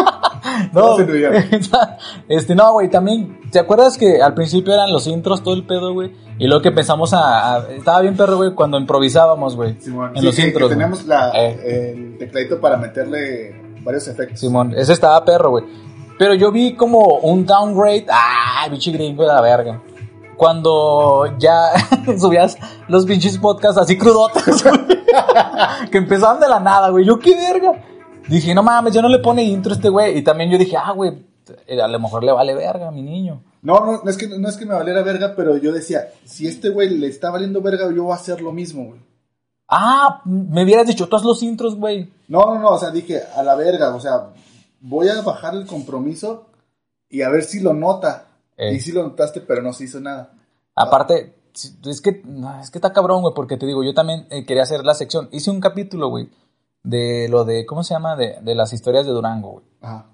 Speaker 4: (laughs) no,
Speaker 5: No se rían.
Speaker 4: (laughs) este, no, güey, también, ¿te acuerdas que al principio eran los intros, todo el pedo, güey? Y lo que pensamos a, a- estaba bien perro, güey, cuando improvisábamos, güey.
Speaker 5: Simón,
Speaker 4: en
Speaker 5: sí,
Speaker 4: los
Speaker 5: que- que
Speaker 4: intros. güey.
Speaker 5: tenemos la,
Speaker 4: Eh.
Speaker 5: el tecladito para meterle varios efectos.
Speaker 4: Simón, ese estaba perro, güey. Pero yo vi como un downgrade. ¡Ah! Bicho gringo de la verga. Cuando ya (laughs) subías los pinches podcasts así crudotes, güey, (laughs) que empezaban de la nada, güey. Yo, qué verga. Dije, no mames, ya no le pone intro a este güey. Y también yo dije, ah, güey, eh, a lo mejor le vale verga a mi niño.
Speaker 5: No, no, no es que, no es que me valiera verga, pero yo decía, si este güey le está valiendo verga, yo voy a hacer lo mismo, güey.
Speaker 4: Ah, me hubieras dicho, tú haz los intros, güey.
Speaker 5: No, no, no, o sea, dije, a la verga, o sea, voy a bajar el compromiso y a ver si lo nota.
Speaker 4: Eh.
Speaker 5: Y si lo notaste, pero no se hizo nada.
Speaker 4: Aparte, si- es que, no, es que está cabrón, güey, porque te digo, yo también eh, quería hacer la sección. Hice un capítulo, güey, de lo de, ¿cómo se llama? De, de las historias de Durango, güey.
Speaker 5: Ajá.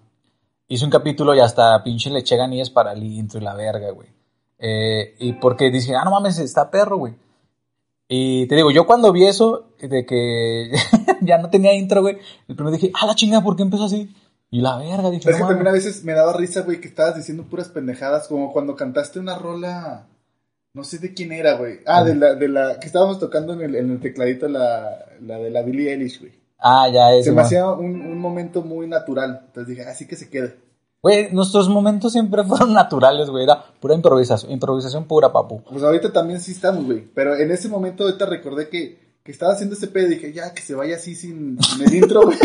Speaker 4: Hice un capítulo y hasta pinche le chegan es para el intro y la verga, güey. Eh, y porque dije, ah, no mames, está perro, güey. Y te digo, yo cuando vi eso, de que (laughs) ya no tenía intro, güey, el primero dije, ah, la chinga, ¿por qué empezó así? Y la verga, dije,
Speaker 5: Es que
Speaker 4: no
Speaker 5: también a
Speaker 4: mames.
Speaker 5: veces me daba risa, güey, que estabas diciendo puras pendejadas, como cuando cantaste una rola, no sé de quién era, güey. Ah, de la, de la, que estábamos tocando en el, en el tecladito, la, la de la Billie Eilish, güey.
Speaker 4: Ah, ya es.
Speaker 5: Se me
Speaker 4: güey.
Speaker 5: hacía un, un momento muy natural, entonces dije, así que se quede.
Speaker 4: Güey, nuestros momentos siempre (laughs) fueron naturales, güey. Era pura improvisación, improvisación pura, papu.
Speaker 5: Pues ahorita también sí estamos, güey. Pero en ese momento ahorita recordé que, que estaba haciendo ese pedo y dije, ya, que se vaya así sin, sin el intro, güey. (laughs)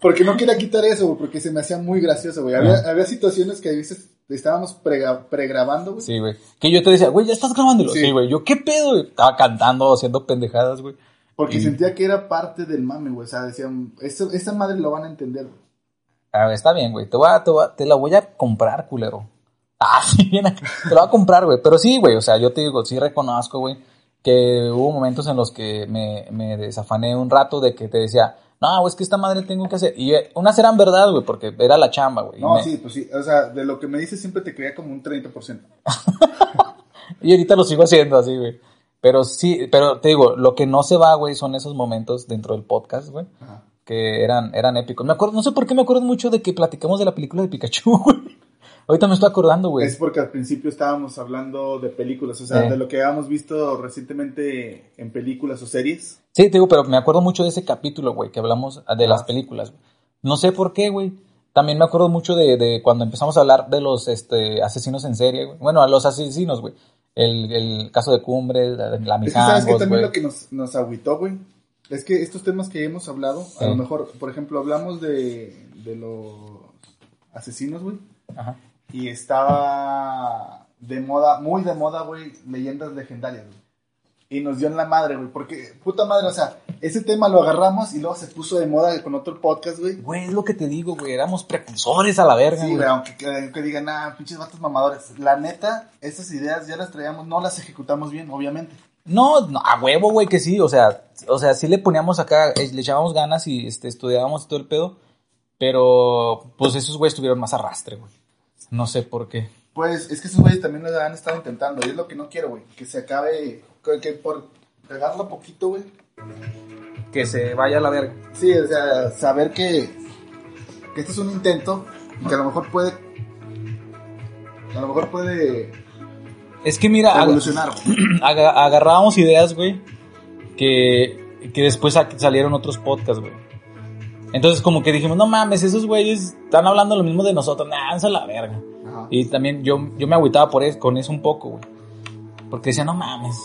Speaker 5: Porque no quería quitar eso, güey, porque se me hacía muy gracioso, güey. Había,
Speaker 4: Ah.
Speaker 5: había situaciones que a veces estábamos prega- pregrabando, güey.
Speaker 4: Sí, güey. Que yo te decía, güey, ya estás grabándolo.
Speaker 5: Sí.
Speaker 4: Sí, güey. Yo, ¿qué pedo? güey? Estaba cantando, haciendo pendejadas, güey.
Speaker 5: Porque
Speaker 4: Y-
Speaker 5: sentía que era parte del mame, güey. O sea, decían, "Eso- esa madre lo van a entender, güey.
Speaker 4: A ver, está bien, Ah, güey. Te, voy a- te, voy a- te la voy a comprar, culero. (laughs) Ah, sí, bien. Te la voy a comprar, güey. Pero sí, güey. O sea, yo te digo, sí reconozco, güey, que hubo momentos en los que me, me desafané un rato de que te decía, no, güey, es que esta madre tengo que hacer. Y eh, unas eran verdad, güey, porque era la chamba, güey. Y
Speaker 5: No,
Speaker 4: me-
Speaker 5: sí, pues sí. O sea, de lo que me dices siempre te creía como un 30%.
Speaker 4: Y ahorita lo sigo haciendo así, güey. Pero sí, pero te digo, lo que no se va, güey, son esos momentos dentro del podcast, güey,
Speaker 5: Ajá.
Speaker 4: que eran, eran épicos. Me acuerdo, no sé por qué me acuerdo mucho de que platicamos de la película de Pikachu, (laughs) güey. Ahorita me estoy acordando, güey.
Speaker 5: Es porque al principio estábamos hablando de películas, o sea,
Speaker 4: Eh.
Speaker 5: de lo que habíamos visto recientemente en películas o series.
Speaker 4: Sí, te digo, pero me acuerdo mucho de ese capítulo, güey, que hablamos de
Speaker 5: Ah.
Speaker 4: las películas. güey. No sé por qué, güey. También me acuerdo mucho de, de cuando empezamos a hablar de los este, asesinos en serie, güey. Bueno, a los asesinos, güey. El, el caso de Cumbre, la, la
Speaker 5: Es que sabes que
Speaker 4: Mijangos,
Speaker 5: también
Speaker 4: güey.
Speaker 5: lo que nos, nos agüitó, güey, es que estos temas que hemos hablado, a
Speaker 4: Sí.
Speaker 5: lo mejor, por ejemplo, hablamos de, de los asesinos, güey,
Speaker 4: Ajá.
Speaker 5: y estaba de moda, muy de moda, güey, leyendas legendarias, güey. Y nos dio en la madre, güey, porque, puta madre, o sea, ese tema lo agarramos y luego se puso de moda con otro podcast, güey.
Speaker 4: Güey, es lo que te digo, güey. Éramos precursores a la verga,
Speaker 5: Sí,
Speaker 4: güey.
Speaker 5: güey, aunque, que- aunque digan, ah, pinches vatos mamadores. La neta, estas ideas ya las traíamos, no las ejecutamos bien, obviamente.
Speaker 4: No, no, a huevo, güey, que sí, o sea, o sea, sí le poníamos acá, eh, le echábamos ganas y este, estudiábamos y todo el pedo, pero pues esos güeyes tuvieron más arrastre, güey. No sé por qué.
Speaker 5: Pues es que esos güeyes también lo han estado intentando. Y es lo que no quiero, güey. Que se acabe. Que, que por cagarla poquito, güey.
Speaker 4: Que se vaya a la verga.
Speaker 5: Sí, o sea, saber que. Que este es un intento. y Que a lo mejor puede. A lo mejor puede.
Speaker 4: Es que mira, ag-
Speaker 5: Evolucionar, güey.
Speaker 4: aga- agarrábamos ideas, güey, que, que después sa- salieron otros podcasts, güey. Entonces como que dijimos, no mames, esos güeyes están hablando lo mismo de nosotros, nah, esa es la verga.
Speaker 5: Ajá.
Speaker 4: Y también yo, yo me agüitaba por eso, con eso un poco, güey. Porque decía, no mames.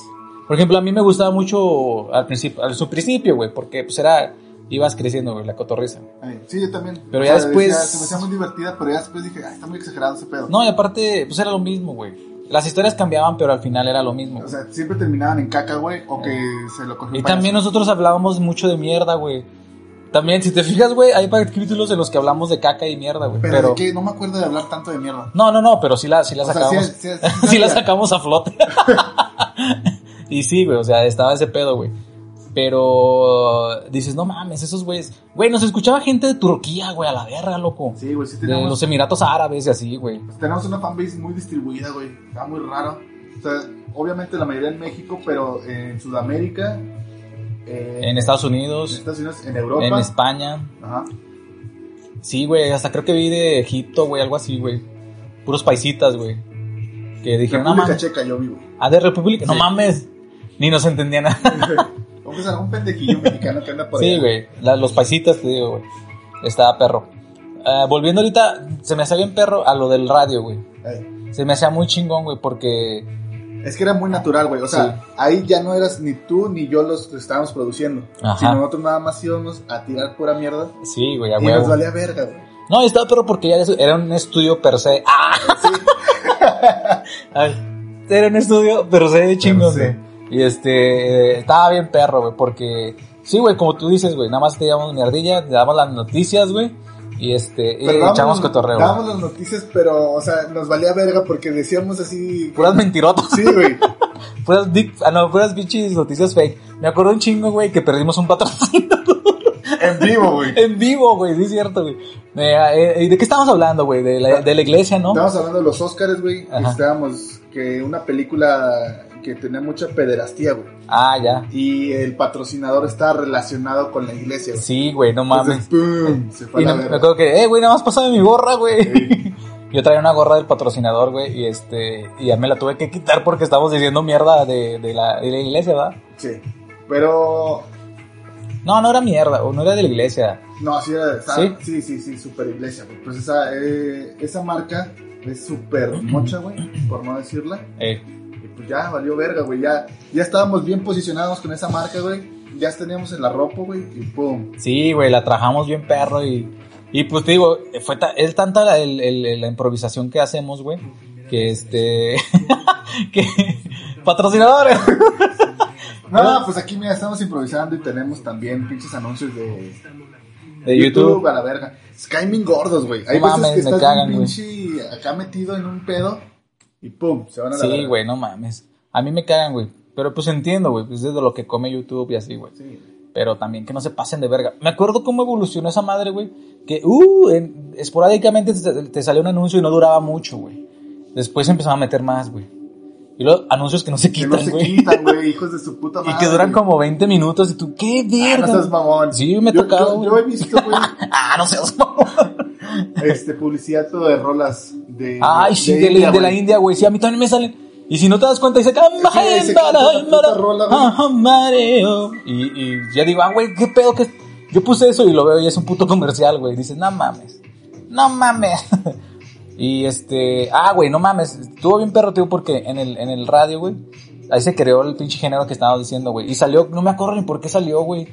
Speaker 4: Por ejemplo, a mí me gustaba mucho al principio, al su principio, güey, porque pues era, ibas creciendo, güey, la cotorriza.
Speaker 5: Ay, Sí, yo también.
Speaker 4: Pero ya después-
Speaker 5: decía, se me hacía muy divertida, pero ya después dije, "Ay, está muy exagerado ese pedo.
Speaker 4: No, y aparte, pues era lo mismo, güey. Las historias cambiaban, pero al final era lo mismo.
Speaker 5: O
Speaker 4: güey.
Speaker 5: sea, siempre terminaban en caca, güey, o que se lo cogió un
Speaker 4: y también
Speaker 5: payaso.
Speaker 4: nosotros hablábamos mucho de mierda, güey. También, si te fijas, güey, hay capítulos en los que hablamos de caca y mierda, güey.
Speaker 5: Pero,
Speaker 4: Pero,
Speaker 5: es que no me acuerdo de hablar tanto de mierda.
Speaker 4: no, no, no, pero sí la, sí la
Speaker 5: O sea,
Speaker 4: sacábamos.
Speaker 5: sí- sí-
Speaker 4: (laughs)
Speaker 5: sí-
Speaker 4: sí la sacamos a flote. (laughs) y sí, güey, o sea, estaba ese pedo, güey. Pero dices, no mames, esos güeyes. Güey, nos escuchaba gente de Turquía, güey, a la verga, loco.
Speaker 5: Sí, güey, sí
Speaker 4: de
Speaker 5: tenemos.
Speaker 4: los Emiratos Árabes y así, güey.
Speaker 5: Tenemos una fanbase muy distribuida, güey. Está muy raro. O sea, obviamente la mayoría en México, pero en Sudamérica, eh,
Speaker 4: En Estados
Speaker 5: en
Speaker 4: Unidos,
Speaker 5: Estados Unidos, en Europa.
Speaker 4: en España.
Speaker 5: Ajá.
Speaker 4: Sí, güey, hasta creo que vi de Egipto, güey, algo así, güey. Puros paisitas, güey. Que dijeron, no
Speaker 5: República
Speaker 4: mames.
Speaker 5: Checa, yo vivo.
Speaker 4: Ah, de República. No
Speaker 5: Sí.
Speaker 4: mames. Ni nos entendían nada.
Speaker 5: Aunque sea un pendejillo mexicano que anda por
Speaker 4: Sí,
Speaker 5: allá.
Speaker 4: güey. la- Los paisitas, te digo, güey. Estaba perro. Ah, volviendo ahorita, se me hacía bien perro a lo del radio, güey.
Speaker 5: Ay,
Speaker 4: Se me hacía muy chingón, güey, porque...
Speaker 5: Es que era muy natural, güey. O sea,
Speaker 4: Sí.
Speaker 5: ahí ya no eras ni tú ni yo los que estábamos produciendo.
Speaker 4: Ajá.
Speaker 5: Sino nosotros nada más íbamos a tirar pura mierda.
Speaker 4: Sí, güey, a
Speaker 5: y nos
Speaker 4: huevo.
Speaker 5: valía verga, güey.
Speaker 4: No, estaba perro porque ya era un estudio per se. (laughs) ¡Ah! Ay, era un estudio per se de chingón,
Speaker 5: se.
Speaker 4: güey. Y este... eh, Estaba bien perro, güey, porque... Sí, güey, como tú dices, güey, nada más te llevamos mierdilla, te damos las noticias, güey. Y este... Y
Speaker 5: Pero dábamos-
Speaker 4: echamos cotorreo. güey.
Speaker 5: Dábamos las noticias, pero, o sea, nos valía verga porque decíamos así.
Speaker 4: Puras mentirotas.
Speaker 5: Sí, güey.
Speaker 4: Puras, dick- ah, no, puras bichis noticias fake. Me acuerdo un chingo, güey, que perdimos un patrocinio
Speaker 5: en vivo, güey.
Speaker 4: (laughs) en vivo, güey. Sí, es cierto, güey. Eh, eh, ¿De qué estábamos hablando, güey? De la, de la iglesia, ¿no?
Speaker 5: Estábamos hablando de los Oscars, güey. y
Speaker 4: Ajá.
Speaker 5: Estábamos que una película que tenía mucha pederastía, güey.
Speaker 4: Ah, ya.
Speaker 5: Y el patrocinador está relacionado con la iglesia, güey.
Speaker 4: Sí, güey, no
Speaker 5: Entonces,
Speaker 4: mames.
Speaker 5: ¡pum! Se fue
Speaker 4: Y
Speaker 5: a la
Speaker 4: no- me
Speaker 5: verga.
Speaker 4: acuerdo que, eh, güey, nada más pasaba mi gorra, güey. (laughs) Yo traía una gorra del patrocinador, güey, y este, y ya me la tuve que quitar porque estábamos diciendo mierda de, de la, de la iglesia, ¿verdad?
Speaker 5: Sí. Pero.
Speaker 4: No, no era mierda, o no era de la iglesia.
Speaker 5: No, sí, era- estaba-
Speaker 4: ¿Sí?
Speaker 5: sí, sí, sí, super iglesia, güey. Pues esa, eh, esa marca es súper mocha, güey, por no decirla.
Speaker 4: Eh,
Speaker 5: Y pues ya valió verga, güey. Ya, ya estábamos bien posicionados con esa marca, güey. Ya teníamos en la ropa, güey. Y pum.
Speaker 4: Sí, güey, la trabajamos bien perro y, y pues te digo, fue ta- es tanta la, el- el- la improvisación que hacemos, güey, que este, (laughs) que patrocinadores.
Speaker 5: No, pues aquí mira, estamos improvisando y tenemos también pinches anuncios de,
Speaker 4: De YouTube.
Speaker 5: a la verga. Es que caen bien gordos, güey. Hay
Speaker 4: No
Speaker 5: veces
Speaker 4: mames,
Speaker 5: que
Speaker 4: me
Speaker 5: estás
Speaker 4: cagan,
Speaker 5: bien
Speaker 4: güey.
Speaker 5: pinche acá metido en un pedo y pum, se van a la
Speaker 4: Sí,
Speaker 5: verga.
Speaker 4: güey, no mames. A mí me cagan, güey. Pero pues entiendo, güey, pues es de lo que come YouTube y así, güey.
Speaker 5: Sí.
Speaker 4: Pero también que no se pasen de verga. Me acuerdo cómo evolucionó esa madre, güey. Que, uh, en- esporádicamente te, te salía un anuncio y no duraba mucho, güey. Después empezaba a meter más, güey. Y luego anuncios que no se
Speaker 5: Que
Speaker 4: quitan,
Speaker 5: no se
Speaker 4: güey.
Speaker 5: quitan, güey, hijos de su puta madre.
Speaker 4: Y que duran
Speaker 5: güey.
Speaker 4: como 20 minutos y tú, ¿qué
Speaker 5: Ah, No
Speaker 4: verga?
Speaker 5: seas mamón.
Speaker 4: Sí, me ha
Speaker 5: Yo-
Speaker 4: tocado,
Speaker 5: Yo,
Speaker 4: güey.
Speaker 5: yo he visto, güey,
Speaker 4: ah, no seas mamón.
Speaker 5: este, publicidad todo de rolas de.
Speaker 4: Ay, sí, de, la-
Speaker 5: India,
Speaker 4: de la
Speaker 5: güey.
Speaker 4: India, güey. Sí, a mí también me salen. Y si no te das cuenta, dice, "Ah, "Camba,
Speaker 5: Sí, se
Speaker 4: embara,
Speaker 5: canta la puta
Speaker 4: embara,
Speaker 5: rola, güey.
Speaker 4: ajá, mareo". Y, y ya digo, ah, güey, qué pedo que. es?". Yo puse eso y lo veo y es un puto comercial, güey. Dices, no mames. No mames. (laughs) y este. Ah, güey, no mames. Estuvo bien perro, tío, porque en el, en el radio, güey. Ahí se creó el pinche género que estábamos diciendo, güey. Y salió, no me acuerdo ni por qué salió, güey.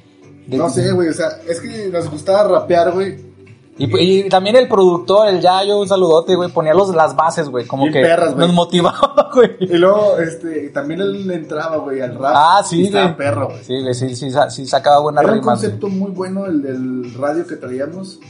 Speaker 4: De-
Speaker 5: No sé, güey, o sea, es que nos gustaba rapear, güey.
Speaker 4: Y, y también el productor, el Yayo, un saludote, güey, ponía los, las bases, güey, como
Speaker 5: Bien
Speaker 4: que
Speaker 5: perras, güey.
Speaker 4: nos motivaba, (laughs) güey.
Speaker 5: Y luego, este, también él le entraba, güey, al rap.
Speaker 4: Ah, sí,
Speaker 5: Y estaba
Speaker 4: güey.
Speaker 5: perro, güey.
Speaker 4: Sí, güey, sí, sí, sa- sí sacaba buenas
Speaker 5: Era un
Speaker 4: rimas. güey.
Speaker 5: concepto muy bueno el del radio que traíamos.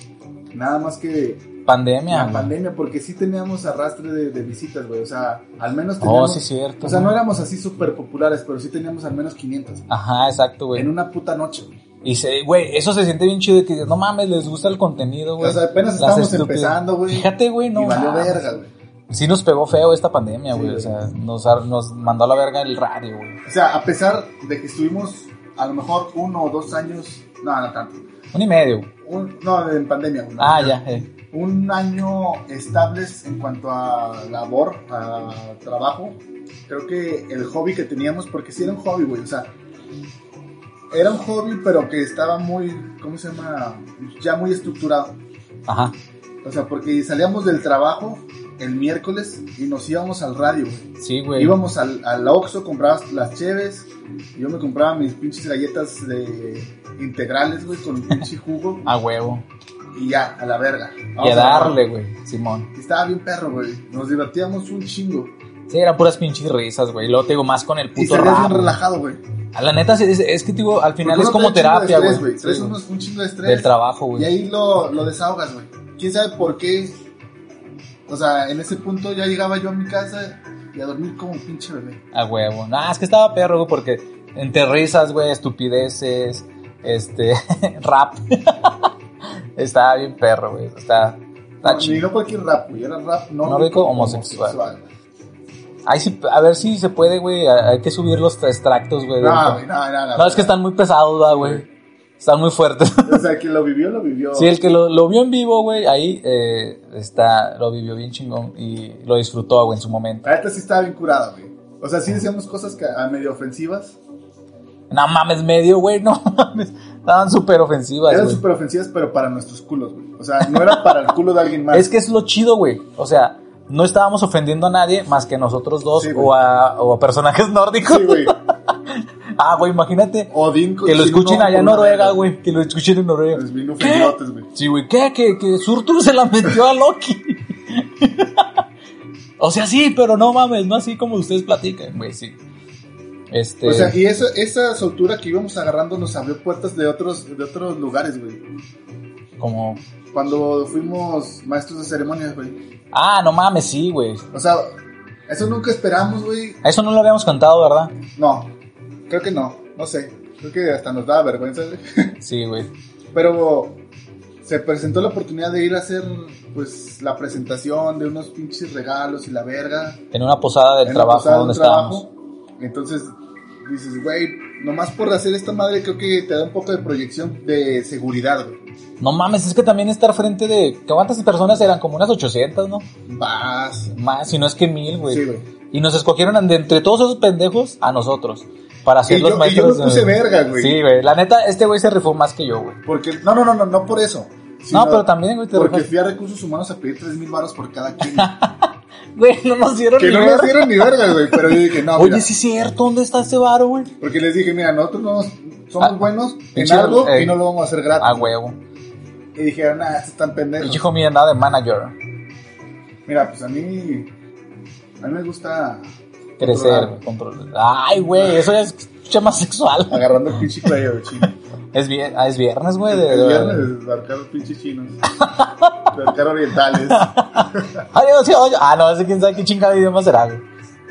Speaker 5: Nada más que
Speaker 4: Pandemia.
Speaker 5: la
Speaker 4: güey.
Speaker 5: pandemia, porque sí teníamos arrastre de, de visitas, güey. O sea, al menos
Speaker 4: Oh,
Speaker 5: teníamos.
Speaker 4: sí, cierto.
Speaker 5: o sea, no
Speaker 4: güey.
Speaker 5: éramos así súper populares, pero sí teníamos al menos 500. güey.
Speaker 4: Ajá, exacto, güey.
Speaker 5: En una puta noche, güey.
Speaker 4: Y se, güey, eso se siente bien chido de que dices, no mames, les gusta el contenido, güey.
Speaker 5: O sea, apenas
Speaker 4: Las
Speaker 5: estábamos
Speaker 4: estúpidas.
Speaker 5: empezando, güey.
Speaker 4: Fíjate, güey, no.
Speaker 5: y valió
Speaker 4: mames.
Speaker 5: verga, güey.
Speaker 4: Sí nos pegó feo esta pandemia,
Speaker 5: Sí,
Speaker 4: güey.
Speaker 5: güey.
Speaker 4: o sea, nos, ar- nos mandó a la verga el radio, güey.
Speaker 5: O sea, a pesar de que estuvimos a lo mejor uno o dos años. No, no tanto.
Speaker 4: Un y medio. güey.
Speaker 5: Un- no, en pandemia. güey.
Speaker 4: Ah, ya. eh.
Speaker 5: Un año estables en cuanto a labor, a trabajo. Creo que el hobby que teníamos, porque sí era un hobby, güey. O sea, era un hobby, pero que estaba muy, ¿cómo se llama? Ya muy estructurado.
Speaker 4: Ajá.
Speaker 5: O sea, porque salíamos del trabajo el miércoles y nos íbamos al radio, güey.
Speaker 4: Sí, güey.
Speaker 5: Íbamos al, al Oxxo, comprabas las cheves, yo me compraba mis pinches galletas de integrales, güey, con
Speaker 4: (laughs)
Speaker 5: pinche jugo,
Speaker 4: A huevo.
Speaker 5: y ya, a la verga.
Speaker 4: Ah. y
Speaker 5: Vamos
Speaker 4: a darle, güey. Simón.
Speaker 5: Y Estaba bien perro, güey. Nos divertíamos un chingo.
Speaker 4: Sí, eran puras pinches risas, güey. Y luego te digo, más con el
Speaker 5: Y
Speaker 4: puto
Speaker 5: salías bien
Speaker 4: rap. güey.
Speaker 5: relajado, güey.
Speaker 4: A La neta, sí, es, es que, digo, al final
Speaker 5: Porque
Speaker 4: es
Speaker 5: uno
Speaker 4: como
Speaker 5: trae un chingo de
Speaker 4: terapia,
Speaker 5: estrés,
Speaker 4: güey.
Speaker 5: Traes
Speaker 4: Sí,
Speaker 5: unos-
Speaker 4: güey.
Speaker 5: un chingo de estrés.
Speaker 4: Del trabajo,
Speaker 5: Y
Speaker 4: güey.
Speaker 5: ahí lo, lo desahogas, güey. ¿Quién sabe por qué? O sea, en ese punto ya llegaba yo a mi casa y a dormir como un pinche bebé.
Speaker 4: A huevo. Nah, es que estaba perro, güey, porque entre risas, güey, estupideces, este, (laughs) rap. estaba bien perro, güey. Está, está
Speaker 5: No, ni
Speaker 4: chido.
Speaker 5: no cualquier rap, güey. Era rap no,
Speaker 4: Nórdico homosexual.
Speaker 5: güey.
Speaker 4: Ahí sí, a ver si se puede, güey. a- Hay que subir los extractos, güey.
Speaker 5: No,
Speaker 4: del-
Speaker 5: Ah, güey, no, no, no.
Speaker 4: Eh, No, es que están muy pesados, ¿verdad, güey. Están muy fuertes.
Speaker 5: O sea, que lo vivió, lo vivió.
Speaker 4: Sí, el que lo, lo vio en vivo, güey, ahí eh, está, lo vivió bien chingón y lo disfrutó, güey, en su momento.
Speaker 5: La neta sí estaba bien curada, güey. O sea, sí decíamos cosas que, a medio ofensivas.
Speaker 4: No mames, medio, güey, (laughs) no mames. Estaban súper ofensivas,
Speaker 5: Eran
Speaker 4: güey.
Speaker 5: súper ofensivas, pero para nuestros culos, güey. O sea, no era para el culo de alguien más.
Speaker 4: Es que es lo chido, güey. O sea, no estábamos ofendiendo a nadie más que nosotros dos
Speaker 5: Sí, güey.
Speaker 4: o, a, o a personajes (laughs) nórdicos.
Speaker 5: Sí, Oh, güey.
Speaker 4: ah, güey, imagínate
Speaker 5: Odín.
Speaker 4: que lo
Speaker 5: sin
Speaker 4: escuchen
Speaker 5: ojo,
Speaker 4: allá en
Speaker 5: una
Speaker 4: Noruega,
Speaker 5: verga.
Speaker 4: güey. Que lo escuchen en Noruega.
Speaker 5: Pues bien
Speaker 4: ¿Qué?
Speaker 5: ofendidotes, güey.
Speaker 4: Sí, güey, ¿qué? Que, que Surtur se la metió a Loki. (laughs) o sea, sí, pero no mames, no así como ustedes platican, güey, sí. Este.
Speaker 5: O sea, y eso, esa soltura que íbamos agarrando nos abrió puertas de otros, de otros lugares, güey.
Speaker 4: Como.
Speaker 5: Cuando fuimos maestros de ceremonias, güey.
Speaker 4: Ah, no mames, sí, güey.
Speaker 5: O sea, eso nunca esperamos, güey.
Speaker 4: A Eso no lo habíamos contado, ¿verdad?
Speaker 5: No, creo que no, no sé. Creo que hasta nos daba vergüenza, güey. (laughs)
Speaker 4: Sí, güey.
Speaker 5: Pero se presentó la oportunidad de ir a hacer, pues, la presentación de unos pinches regalos y la verga.
Speaker 4: En una posada del
Speaker 5: En la
Speaker 4: trabajo
Speaker 5: posada de un
Speaker 4: donde estábamos.
Speaker 5: trabajo. Entonces dices, güey, nomás por hacer esta madre creo que te da un poco de proyección de seguridad, güey.
Speaker 4: No mames, es que también estar frente de. ¿Cuántas personas eran? Como unas 800, ¿no?
Speaker 5: Vas.
Speaker 4: Más, si no es que mil, güey.
Speaker 5: Sí, güey.
Speaker 4: Y nos escogieron de entre todos esos pendejos a nosotros. Para ser
Speaker 5: Y
Speaker 4: los
Speaker 5: yo- y
Speaker 4: maestros.
Speaker 5: yo me puse
Speaker 4: de-
Speaker 5: verga, güey.
Speaker 4: Sí, güey. La neta, este güey se rifó más que yo, güey.
Speaker 5: Porque, no, no, no, no, no por eso. sino
Speaker 4: No, pero también, güey, te
Speaker 5: Porque
Speaker 4: rifaste.
Speaker 5: fui a recursos humanos a pedir 3 mil baros por
Speaker 4: (laughs)
Speaker 5: cada quien.
Speaker 4: Güey, no nos dieron
Speaker 5: que
Speaker 4: ni
Speaker 5: no
Speaker 4: ver.
Speaker 5: nos dieron ni verga, güey. Pero yo dije, no, mira.
Speaker 4: Oye, sí es cierto, ¿dónde está ese varo, güey?
Speaker 5: Porque les dije, mira, nosotros no somos
Speaker 4: Ah,
Speaker 5: buenos en
Speaker 4: pinche,
Speaker 5: algo
Speaker 4: eh,
Speaker 5: y no lo vamos a hacer gratis.
Speaker 4: A huevo.
Speaker 5: Y dijeron, ah, estos están
Speaker 4: El
Speaker 5: pendejos.
Speaker 4: hijo mío andaba de manager.
Speaker 5: Mira, pues a mí. A mí me gusta.
Speaker 4: Crecer,
Speaker 5: controlar,
Speaker 4: control. Ay, güey, eso ya es escucha más sexual.
Speaker 5: Agarrando el pinche cuello, güey, chino.
Speaker 4: Es, vie- ah, es viernes, güey. de-
Speaker 5: El viernes desbarcar los pinches chinos. Desbarcar orientales.
Speaker 4: Ay, no, sí, oye. Ah, no, ese quién sabe qué chingada idioma será, güey.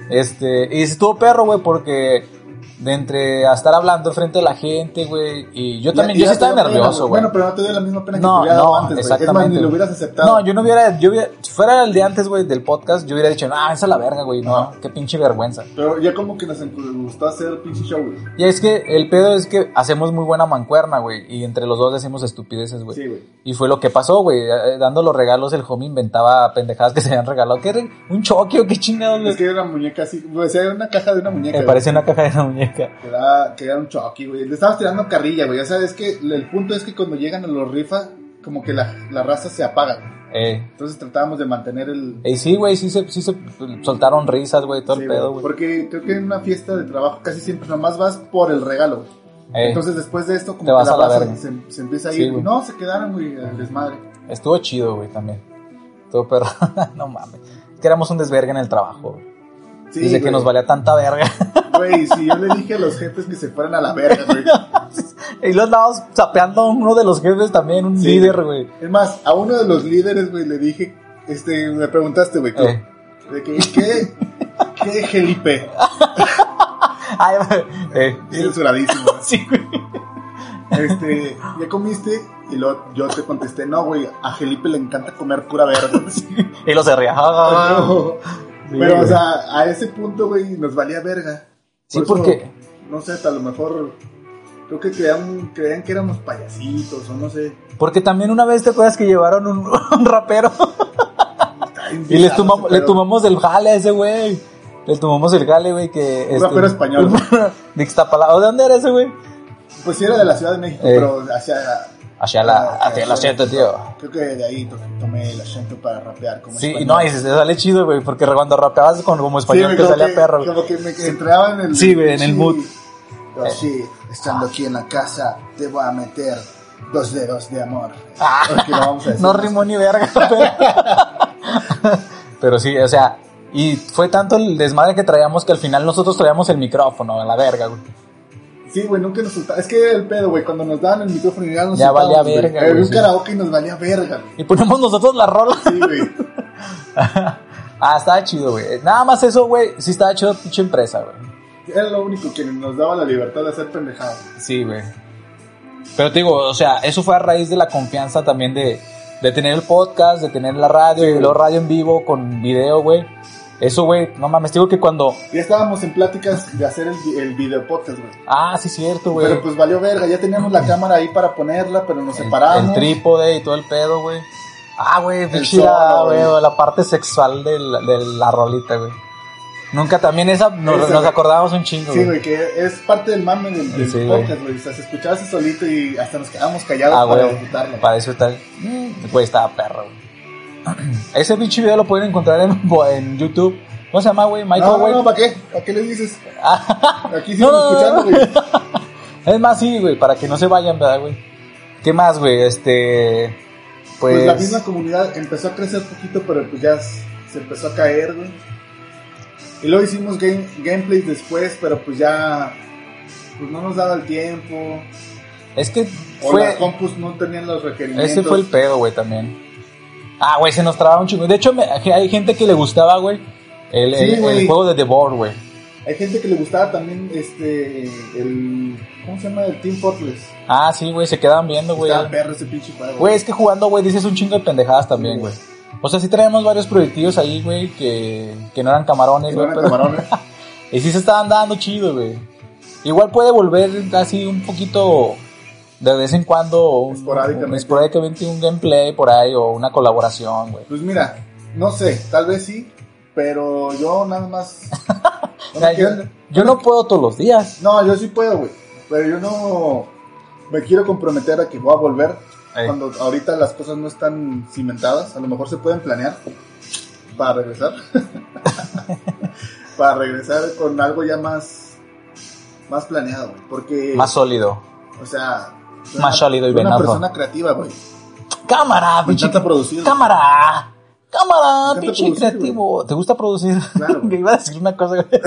Speaker 4: Este, y sí estuvo perro, güey, porque de entre a estar hablando enfrente de la gente, güey, y yo también,
Speaker 5: Y
Speaker 4: yo
Speaker 5: ya
Speaker 4: sí
Speaker 5: te
Speaker 4: estaba
Speaker 5: dio pena,
Speaker 4: nervioso, güey.
Speaker 5: Bueno, pero no te dio la misma pena que te
Speaker 4: No,
Speaker 5: hubiera dado
Speaker 4: no,
Speaker 5: antes, güey. Es más,
Speaker 4: exactamente.
Speaker 5: ni lo hubieras aceptado.
Speaker 4: No, yo no hubiera, yo hubiera, si fuera el de antes, güey, del podcast, yo hubiera dicho, ah, esa es la verga, güey, no, qué pinche vergüenza.
Speaker 5: Pero ya como que nos gustó hacer pinche show, güey.
Speaker 4: Y es que el pedo es que hacemos muy buena mancuerna, güey, y entre los dos decimos estupideces, güey.
Speaker 5: Sí, güey.
Speaker 4: Y fue lo que pasó, güey, eh, dando los regalos, el homie inventaba pendejadas que se habían regalado, que era un choque o qué chingados, güey.
Speaker 5: Es que era una muñeca así, güey, o sea, era una caja de una muñeca.
Speaker 4: Me
Speaker 5: güey.
Speaker 4: parece una caja de la muñeca.
Speaker 5: Que era, que era un choque, güey. Le estabas tirando carrilla, güey. O sea, es que el punto es que cuando llegan a los rifas, como que la, la raza se apaga. güey.
Speaker 4: Eh,
Speaker 5: Entonces tratábamos de mantener el...
Speaker 4: eh, sí, güey, sí se, sí se soltaron risas, güey, todo
Speaker 5: Sí,
Speaker 4: el
Speaker 5: güey.
Speaker 4: pedo, güey.
Speaker 5: Porque creo que en una fiesta de trabajo casi siempre nomás vas por el regalo, güey.
Speaker 4: Eh,
Speaker 5: Entonces después de esto como
Speaker 4: Te
Speaker 5: que
Speaker 4: vas
Speaker 5: la
Speaker 4: a la
Speaker 5: raza
Speaker 4: verga.
Speaker 5: se, se empieza a
Speaker 4: Sí,
Speaker 5: ir.
Speaker 4: güey.
Speaker 5: no, se quedaron, güey, al desmadre.
Speaker 4: estuvo chido, güey, también. Estuvo perro, (laughs) no mames. Es Que éramos un desvergue en el trabajo, güey.
Speaker 5: Sí,
Speaker 4: Dice que
Speaker 5: güey.
Speaker 4: nos valía tanta verga. (laughs) (laughs)
Speaker 5: Güey, si yo le dije a los jefes que se fueran a la verga, güey.
Speaker 4: Y los lados sapeando a uno de los jefes también, un
Speaker 5: Sí.
Speaker 4: líder, güey.
Speaker 5: Es más, a uno de los líderes, güey, le dije, este, me preguntaste, güey, ¿qué?
Speaker 4: Eh.
Speaker 5: De que, ¿qué? ¿Qué gelipe?
Speaker 4: Ay, (laughs) güey, eh,
Speaker 5: Censuradísimo.
Speaker 4: (laughs) sí, güey.
Speaker 5: Este, ¿ya comiste? Y luego yo te contesté, no, güey, a Felipe le encanta comer pura verde.
Speaker 4: Y los herría.
Speaker 5: Ah, No.
Speaker 4: Sí,
Speaker 5: (laughs) Pero, o
Speaker 4: güey.
Speaker 5: sea, a ese punto, güey, nos valía verga.
Speaker 4: Sí,
Speaker 5: Por eso,
Speaker 4: porque-
Speaker 5: No sé, a lo mejor. Creo que creían, creían que éramos payasitos, o no sé.
Speaker 4: Porque también una vez te acuerdas que llevaron un, (laughs) un rapero y les tumamos, le tumamos el jale a ese güey. Le tumamos el jale, güey, que... este-
Speaker 5: rapero español.
Speaker 4: (laughs) De Ixtapalapa. ¿O ¿De dónde era ese güey?
Speaker 5: Pues sí, era de la Ciudad de México,
Speaker 4: Eh.
Speaker 5: pero hacia.
Speaker 4: Hacia la... Hacia la siete, tío.
Speaker 5: Creo que de ahí to- tomé el acento para rapear. Como
Speaker 4: Sí, y
Speaker 5: español.
Speaker 4: no, y se, se sale chido, güey, porque cuando rapeabas con como
Speaker 5: Sí,
Speaker 4: español
Speaker 5: güey,
Speaker 4: te
Speaker 5: como
Speaker 4: salía
Speaker 5: que-
Speaker 4: perro. güey.
Speaker 5: Como que me que entraba en el.
Speaker 4: Sí, güey, en el mood. Eh.
Speaker 5: Yo, sí, estando aquí en la casa, te voy a meter dos dedos de amor. Porque
Speaker 4: (laughs)
Speaker 5: lo vamos a decir.
Speaker 4: Ah. no rimó ni verga, (laughs) pero... pero sí, o sea, y fue tanto el desmadre que traíamos que al final nosotros traíamos el micrófono a la verga, güey.
Speaker 5: Sí, güey, nunca nos soltaba. Es que era el pedo, güey. Cuando nos daban el micrófono y ya nos
Speaker 4: Ya
Speaker 5: soltábamos,
Speaker 4: valía
Speaker 5: güey.
Speaker 4: verga,
Speaker 5: Había
Speaker 4: güey,
Speaker 5: un
Speaker 4: sí.
Speaker 5: karaoke y nos valía verga, güey.
Speaker 4: Y ponemos nosotros la rola. (laughs)
Speaker 5: Sí, güey.
Speaker 4: ah, estaba chido, güey. Nada más eso, güey, sí estaba chido pinche empresa, güey.
Speaker 5: Era lo único que nos daba la libertad de hacer pendejadas.
Speaker 4: Sí, güey. Pero te digo, o sea, eso fue a raíz de la confianza también de, de tener el podcast, de tener la radio y luego radio en vivo con video, güey. Eso, güey, no mames, te digo que cuando...
Speaker 5: Ya estábamos en pláticas de hacer el, vi- el video podcast, güey.
Speaker 4: Ah, sí, cierto, güey.
Speaker 5: Pero pues valió verga. Ya teníamos la cámara ahí para ponerla, pero nos
Speaker 4: El-
Speaker 5: separamos.
Speaker 4: El, trípode y todo el pedo, güey. Ah, güey, pinche
Speaker 5: solo,
Speaker 4: la-
Speaker 5: güey.
Speaker 4: güey, la parte sexual de la, de la rolita, güey. Nunca también esa nos,
Speaker 5: Esa,
Speaker 4: nos
Speaker 5: güey.
Speaker 4: acordábamos un chingo,
Speaker 5: Sí,
Speaker 4: güey.
Speaker 5: güey, que es parte del mame del, del
Speaker 4: Sí, güey.
Speaker 5: podcast, güey. O sea, se escuchaba así solito y hasta nos quedábamos callados
Speaker 4: Ah,
Speaker 5: para
Speaker 4: güey,
Speaker 5: disfrutarlo. Mm.
Speaker 4: para disfrutar. Güey, estaba perro, güey. (clears throat) Ese pinche video lo pueden encontrar en, (laughs) en YouTube. ¿Cómo se llama, güey? Michael,
Speaker 5: No, no,
Speaker 4: güey. Ah.
Speaker 5: no, ¿para qué? ¿Para qué le dices?
Speaker 4: (laughs) No,
Speaker 5: Aquí siguen
Speaker 4: no, no,
Speaker 5: escuchando, güey.
Speaker 4: es más, sí, güey, para que no se vayan, ¿verdad, güey? ¿Qué más, güey? Este. Pues.
Speaker 5: Pues, la misma comunidad empezó a crecer poquito, pero pues ya s- se empezó a caer, güey. Y luego hicimos game, gameplay después, pero pues ya pues no nos daba el tiempo.
Speaker 4: es que
Speaker 5: O
Speaker 4: fue.
Speaker 5: las compus no tenían los requerimientos.
Speaker 4: Ese fue el pedo, güey, también. Ah, güey, se nos trababa un chingo. De hecho, me- hay gente que le gustaba, güey, el,
Speaker 5: Sí,
Speaker 4: el- el
Speaker 5: güey.
Speaker 4: juego de The Board, güey.
Speaker 5: Hay gente que le gustaba también este el ¿cómo se llama? el Team Fortress.
Speaker 4: Ah, sí, güey, se quedaban viendo, güey.
Speaker 5: Estaba perro ese pinche juego.
Speaker 4: Güey, es que jugando, güey, dices un chingo de pendejadas también, güey. O sea, sí traemos varios proyectivos ahí, güey, que, que no eran camarones,
Speaker 5: Que no
Speaker 4: güey.
Speaker 5: eran
Speaker 4: pero-
Speaker 5: camarones.
Speaker 4: (laughs) Y sí se estaban dando chido, güey. Igual puede volver así un poquito de vez en cuando. un-
Speaker 5: Esporádicamente.
Speaker 4: un- esporádicamente un gameplay por ahí o una colaboración, güey.
Speaker 5: Pues mira, no sé, tal vez sí, pero yo nada más
Speaker 4: (laughs) O sea, yo, yo no puedo todos los días.
Speaker 5: No, yo sí puedo, güey. Pero yo no me quiero comprometer a que voy a volver
Speaker 4: Ey.
Speaker 5: cuando ahorita las cosas no están cimentadas. A lo mejor se pueden planear para regresar. (laughs) para regresar con algo ya más más planeado, güey. Porque,
Speaker 4: Más sólido.
Speaker 5: o sea, soy
Speaker 4: más sólido y
Speaker 5: soy Una
Speaker 4: venado.
Speaker 5: persona creativa, güey.
Speaker 4: Cámara,
Speaker 5: Me
Speaker 4: pinche.
Speaker 5: encanta producir.
Speaker 4: Cámara. Cámara,
Speaker 5: Me encanta
Speaker 4: pinche
Speaker 5: producir,
Speaker 4: creativo. ¿Te gusta producir?
Speaker 5: Claro,
Speaker 4: (laughs)
Speaker 5: güey.
Speaker 4: Me iba a decir una cosa, güey. (laughs)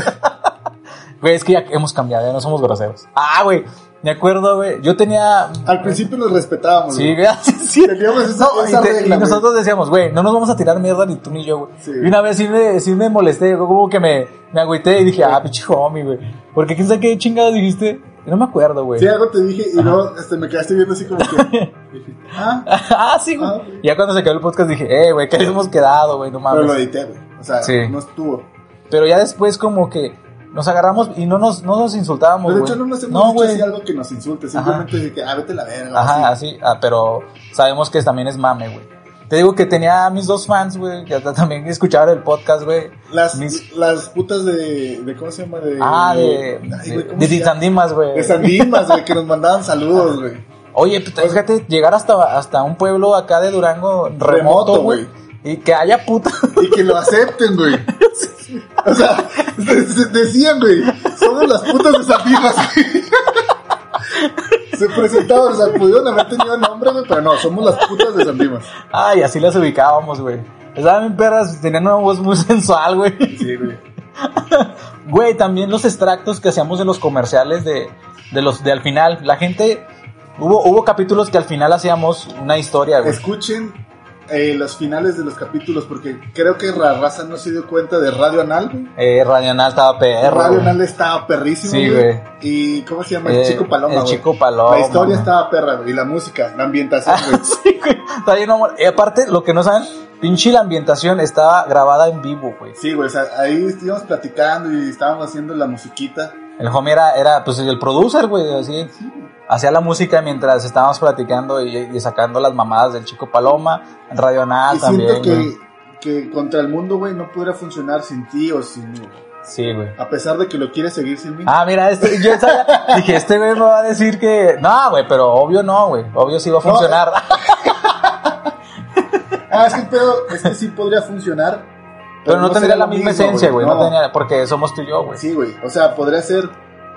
Speaker 4: Güey, es que ya hemos cambiado, ya no somos groseros. Ah, güey. Me acuerdo, güey. Yo tenía.
Speaker 5: Al principio los respetábamos,
Speaker 4: Sí,
Speaker 5: güey.
Speaker 4: güey. (laughs) sí, sí.
Speaker 5: Teníamos esa-
Speaker 4: No, y
Speaker 5: esa
Speaker 4: te- y,
Speaker 5: regla, güey.
Speaker 4: nosotros decíamos, güey, no nos vamos a tirar mierda ni tú ni yo, güey.
Speaker 5: Sí.
Speaker 4: y una vez sí me, sí me molesté, güey, como que me, me agüité y dije, ah, pinche homie, güey. Porque quién sabe qué chingados dijiste. No me acuerdo, güey.
Speaker 5: Sí, algo te dije y luego este, me quedaste viendo así como que... dije, ah,
Speaker 4: (laughs) ah, sí, güey.
Speaker 5: Ah, güey.
Speaker 4: ya cuando se acabó el podcast dije, eh, güey, que habíamos quedado, güey, no mames.
Speaker 5: pero lo edité, güey. O sea,
Speaker 4: Sí.
Speaker 5: no estuvo.
Speaker 4: Pero ya después como que nos agarramos y no nos, no nos insultábamos,
Speaker 5: Pues
Speaker 4: güey.
Speaker 5: de hecho, no nos hemos dicho
Speaker 4: güey.
Speaker 5: así algo que nos insulte, simplemente de que, ah, vete a la verga.
Speaker 4: Ajá,
Speaker 5: así.
Speaker 4: así, ah, pero sabemos que también es mame, güey. Te digo que tenía a mis dos fans, güey, que hasta también escuchaban el podcast, güey.
Speaker 5: Las,
Speaker 4: Mis-
Speaker 5: las putas de, de. ¿Cómo se llama? De,
Speaker 4: Ah, de,
Speaker 5: Ay,
Speaker 4: de,
Speaker 5: güey, ¿cómo
Speaker 4: de
Speaker 5: se llama?
Speaker 4: Tizandimas, güey.
Speaker 5: De Sandimas, güey, que nos mandaban saludos, güey.
Speaker 4: Oye, pues, fíjate, llegar hasta, hasta un pueblo acá de Durango remoto,
Speaker 5: Remoto,
Speaker 4: güey. Y que haya puta. (laughs)
Speaker 5: Y que lo acepten, güey. O sea, de- de- decían, güey, somos las putas de Sandimas, güey. Se presentaban, o sea, pudieron haber tenido nombre, güey, pero no, somos las putas de Sandimas.
Speaker 4: Ay, así las ubicábamos, güey. Estaban bien perras, tenían una voz muy (laughs) sensual, güey.
Speaker 5: Sí, güey.
Speaker 4: Güey, también los extractos que hacíamos de los comerciales de, de los de al final. La gente hubo hubo capítulos que al final hacíamos una historia, Ah, güey.
Speaker 5: Escuchen eh, los finales de los capítulos porque creo que la raza no se dio cuenta de Radio Anal. güey.
Speaker 4: Eh, Radio Anal estaba PR.
Speaker 5: Radio
Speaker 4: güey.
Speaker 5: Anal estaba perrísimo.
Speaker 4: Sí, güey.
Speaker 5: Y ¿cómo se llama? El
Speaker 4: Eh,
Speaker 5: Chico Paloma.
Speaker 4: el
Speaker 5: güey.
Speaker 4: Chico Paloma,
Speaker 5: La historia
Speaker 4: güey.
Speaker 5: estaba perra güey, y la música, la ambientación.
Speaker 4: (laughs)
Speaker 5: güey.
Speaker 4: (laughs) Sí, güey. Está bien, amor. Y aparte, lo que no saben, pinche la ambientación estaba grabada en vivo, güey.
Speaker 5: Sí, güey, o sea, ahí estuvimos platicando y estábamos haciendo la musiquita.
Speaker 4: El homie era, era pues el producer, güey, así. Hacía la música mientras estábamos platicando y, y sacando las mamadas del Chico Paloma, Radio Nada
Speaker 5: y
Speaker 4: Ah, también.
Speaker 5: siento
Speaker 4: güey.
Speaker 5: que, que contra el mundo, güey, no pudiera funcionar sin ti o sin mí. güey.
Speaker 4: Sí, güey.
Speaker 5: A pesar de que lo quieres seguir sin mí.
Speaker 4: Ah, mira, este, yo sabía- dije, este güey me va a decir que. No, güey, pero obvio no, güey. Obvio sí va a
Speaker 5: No. eh,
Speaker 4: funcionar.
Speaker 5: Ah, es que el pedo es que sí podría funcionar.
Speaker 4: pero no, tendría
Speaker 5: sería
Speaker 4: la
Speaker 5: lo
Speaker 4: misma
Speaker 5: mismo,
Speaker 4: esencia, güey. No. tenía, porque somos tú y yo, güey.
Speaker 5: Sí, güey. O sea, podría ser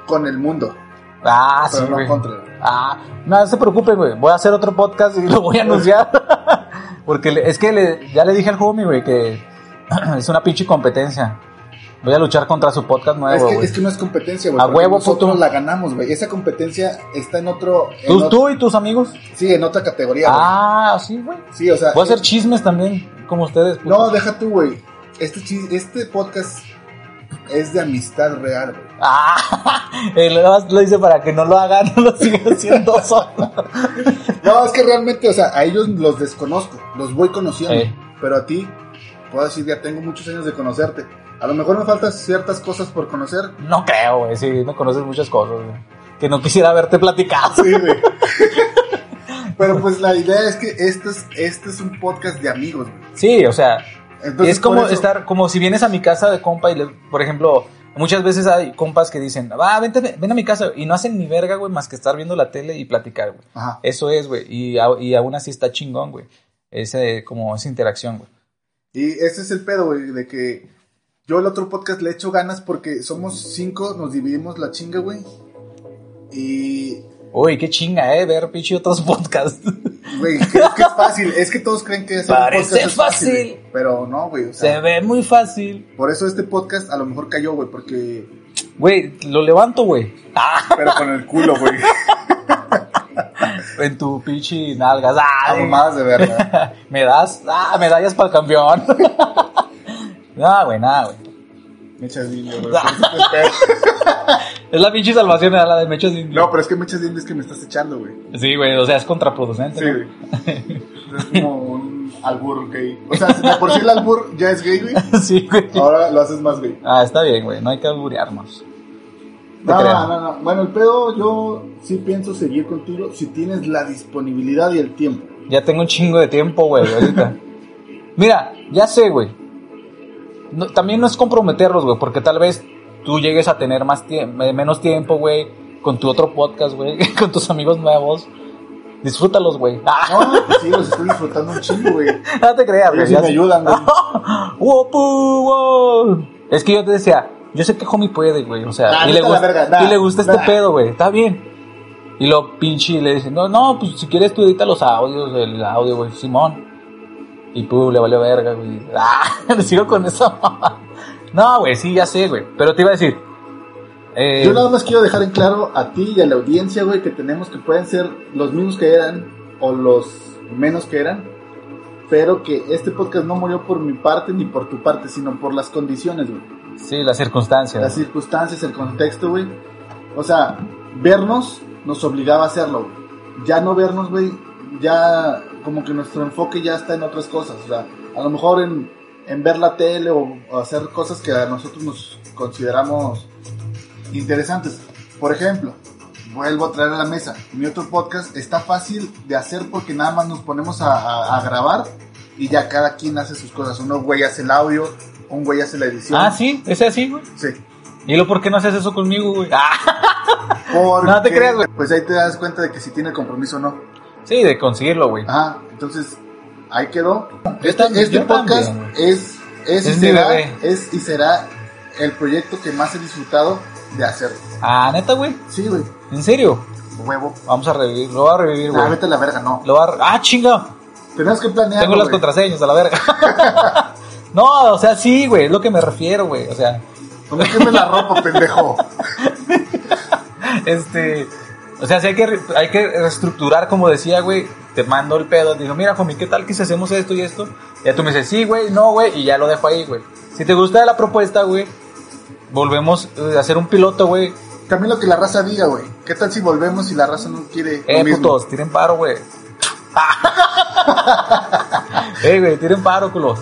Speaker 5: con el mundo.
Speaker 4: Ah,
Speaker 5: pero
Speaker 4: sí,
Speaker 5: no
Speaker 4: güey.
Speaker 5: contra, güey.
Speaker 4: Ah, no se preocupen, güey. Voy a hacer otro podcast y lo voy a anunciar. (laughs) Porque le- es que le- ya le dije al homie, güey, que (clears throat) es una pinche competencia. Voy a luchar contra su podcast
Speaker 5: Es
Speaker 4: nuevo,
Speaker 5: que,
Speaker 4: güey.
Speaker 5: es que no es competencia, güey.
Speaker 4: Ah, A
Speaker 5: porque
Speaker 4: huevo,
Speaker 5: Nosotros
Speaker 4: puto.
Speaker 5: la ganamos, güey. Esa competencia está en otro. En
Speaker 4: ¿Tú,
Speaker 5: ot-
Speaker 4: tú y tus amigos?
Speaker 5: Sí, en otra categoría, güey.
Speaker 4: Ah, sí, güey.
Speaker 5: Sí, o sea.
Speaker 4: Voy a hacer chismes también, como ustedes. puto.
Speaker 5: No, deja tú, güey. Este, chi- este podcast es de amistad real, güey.
Speaker 4: Ah, (laughs) eh, lo, lo hice para que no lo hagan, (laughs) no lo sigan
Speaker 5: (laughs)
Speaker 4: haciendo solo.
Speaker 5: No, es que realmente, o sea, a ellos los desconozco, los voy conociendo,
Speaker 4: Eh.
Speaker 5: pero a ti, puedo decir, ya tengo muchos años de conocerte. A lo mejor me faltan ciertas cosas por conocer.
Speaker 4: No creo, güey. Sí, me conoces muchas cosas, güey. Que no quisiera haberte platicado. (laughs)
Speaker 5: Sí, güey. pero pues la idea es que este es, este es un podcast de amigos, güey.
Speaker 4: Sí, o sea,
Speaker 5: Entonces,
Speaker 4: es como
Speaker 5: por eso-
Speaker 4: estar, como si vienes a mi casa de compa y, le- por ejemplo, muchas veces hay compas que dicen, va, vente, ven a mi casa y no hacen ni verga, güey, más que estar viendo la tele y platicar, güey.
Speaker 5: Ajá.
Speaker 4: Eso es, güey, y, a- y aún así está chingón, güey. Ese, como esa interacción, güey.
Speaker 5: Y ese es el pedo, güey, de que yo el otro podcast le echo ganas porque somos cinco, nos dividimos la chinga, güey. Y
Speaker 4: Uy, qué chinga, eh, ver pinche otros (laughs) podcasts.
Speaker 5: Güey, es que es fácil, es que todos creen que hacer un
Speaker 4: Parece
Speaker 5: podcast es
Speaker 4: fácil.
Speaker 5: güey, pero no, güey, o
Speaker 4: Se
Speaker 5: sea,
Speaker 4: ve muy fácil.
Speaker 5: por eso este podcast a lo mejor cayó, güey, porque
Speaker 4: Güey, lo levanto, güey. Ah,
Speaker 5: pero con el culo,
Speaker 4: (laughs)
Speaker 5: güey.
Speaker 4: en tu pinche nalgas. Ah,
Speaker 5: Hago más de verdad.
Speaker 4: (laughs) Me das, ah, medallas para el campeón. (laughs) no, güey, nada, güey.
Speaker 5: Mechas de indio, güey. por eso
Speaker 4: (laughs)
Speaker 5: te espero.
Speaker 4: Es la pinche salvación, era la de mechas de indio.
Speaker 5: No, pero es que mechas de indio es que me estás echando, güey.
Speaker 4: Sí, güey, o sea, es contraproducente.
Speaker 5: Sí,
Speaker 4: ¿no?
Speaker 5: güey. Es como un albur gay. O sea, de por sí el albur ya es gay, güey.
Speaker 4: (laughs) Sí, güey.
Speaker 5: Ahora lo haces más gay.
Speaker 4: Ah, está bien, güey, no hay que alburearnos. Te
Speaker 5: No,
Speaker 4: creo.
Speaker 5: no, no, no. Bueno, el pedo yo sí pienso seguir contigo si tienes la disponibilidad y el tiempo.
Speaker 4: Ya tengo un chingo de tiempo, güey, ahorita. Mira, ya sé, güey. No- también no es comprometerlos, güey, porque tal vez tú llegues a tener más tiempo, menos tiempo, güey, con tu otro podcast, güey, (laughs) con tus amigos nuevos. Disfrútalos, güey. (laughs) Ah,
Speaker 5: No, pues sí, los estoy disfrutando un chingo, güey.
Speaker 4: no te creas, güey.
Speaker 5: Ellos sí
Speaker 4: ya
Speaker 5: me
Speaker 4: sé. (laughs)
Speaker 5: ayudan, güey.
Speaker 4: Wopu, wow. Es que yo te decía, yo sé que homie puede, güey. O sea,
Speaker 5: Nah,
Speaker 4: y,
Speaker 5: vete
Speaker 4: le
Speaker 5: a la
Speaker 4: gusta,
Speaker 5: verga, nah,
Speaker 4: y le gusta este
Speaker 5: nah.
Speaker 4: pedo, güey. Está bien. Y lo pinche y le dice, no, no, pues si quieres tú edita los audios, el audio, güey, Simón. Y puh, le valió verga, güey. (laughs) Ah, le sigo con eso. (laughs) no, güey, sí, ya sé, güey. Pero te iba a decir. eh,
Speaker 5: Yo nada más quiero dejar en claro a ti y a la audiencia, güey, que tenemos que pueden ser los mismos que eran o los menos que eran, pero que este podcast no murió por mi parte ni por tu parte, sino por las condiciones, güey.
Speaker 4: Sí, las circunstancias.
Speaker 5: Las circunstancias, el contexto, güey. O sea, vernos nos obligaba a hacerlo, güey. Ya no vernos, güey, ya como que nuestro enfoque ya está en otras cosas. O sea, a lo mejor en, en ver la tele o, o hacer cosas que a nosotros nos consideramos interesantes. Por ejemplo, vuelvo a traer a la mesa. Mi otro podcast está fácil de hacer porque nada más nos ponemos a, a- a grabar y ya cada quien hace sus cosas. Uno, güey, hace el audio, un güey hace la edición.
Speaker 4: Ah, sí, es así, güey.
Speaker 5: Sí.
Speaker 4: ¿Y lo por qué no haces eso conmigo, güey? (laughs) Ah,
Speaker 5: Porque,
Speaker 4: No te creas, güey.
Speaker 5: Pues ahí te das cuenta de que si tiene compromiso o no.
Speaker 4: sí, de conseguirlo, güey.
Speaker 5: Ajá, entonces ahí quedó.
Speaker 4: Yo
Speaker 5: Este,
Speaker 4: también,
Speaker 5: este
Speaker 4: yo
Speaker 5: podcast
Speaker 4: también.
Speaker 5: es, es, y
Speaker 4: Es mi
Speaker 5: será,
Speaker 4: bebé.
Speaker 5: es y será el proyecto que más he disfrutado de hacer.
Speaker 4: Ah, neta, güey.
Speaker 5: Sí, güey,
Speaker 4: ¿En serio?
Speaker 5: huevo.
Speaker 4: Vamos a revivir, lo va a revivir,
Speaker 5: Nah,
Speaker 4: güey.
Speaker 5: vete a la verga, no.
Speaker 4: Lo va a re- Ah, chinga.
Speaker 5: Tenemos que planear.
Speaker 4: Tengo las contraseñas a la verga. (laughs) no, o sea, sí, güey, es lo que me refiero, güey. O sea,
Speaker 5: No me quemes la ropa, pendejo.
Speaker 4: Este. O sea, si hay que, re- hay que reestructurar, como decía, güey. Te mando el pedo. Digo, mira, Jomi, ¿qué tal que si hacemos esto y esto? Ya tú me dices, sí, güey, no, güey, y ya lo dejo ahí, güey. Si te gusta la propuesta, güey, volvemos eh, a hacer un piloto, güey.
Speaker 5: También lo que la raza diga, güey. ¿Qué tal si volvemos y la raza no quiere lo
Speaker 4: Eh,
Speaker 5: mismo?
Speaker 4: putos, tiren paro, güey. (laughs) eh, güey, tiren paro, culos.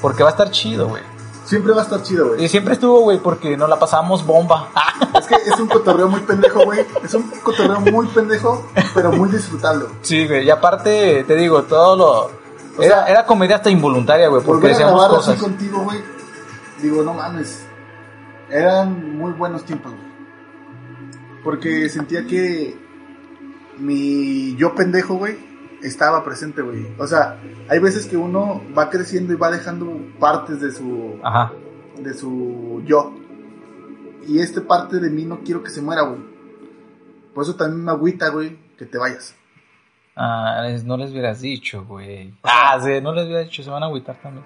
Speaker 4: Porque va a estar chido, güey.
Speaker 5: Siempre va a estar chido, güey.
Speaker 4: Y siempre estuvo, güey, porque nos la pasamos bomba. Ah,
Speaker 5: Es que es un cotorreo muy pendejo, güey. Es un cotorreo muy pendejo, pero muy disfrutable. güey.
Speaker 4: sí, güey. Y aparte, te digo, todo lo.
Speaker 5: O
Speaker 4: Era,
Speaker 5: sea,
Speaker 4: era comedia hasta involuntaria, güey, porque
Speaker 5: Volver a
Speaker 4: decíamos
Speaker 5: grabar
Speaker 4: cosas.
Speaker 5: así contigo, güey. Digo, no mames. Eran muy buenos tiempos, güey. Porque sentía que mi yo pendejo, güey, estaba presente, güey. O sea, hay veces que uno va creciendo y va dejando partes de su
Speaker 4: Ajá.
Speaker 5: de su yo. Y este parte de mí no quiero que se muera, güey. Por eso también me agüita, güey, que te vayas.
Speaker 4: Ah, es- no les hubieras dicho, güey. Ah, sí, no les hubieras dicho, se van a agüitar también.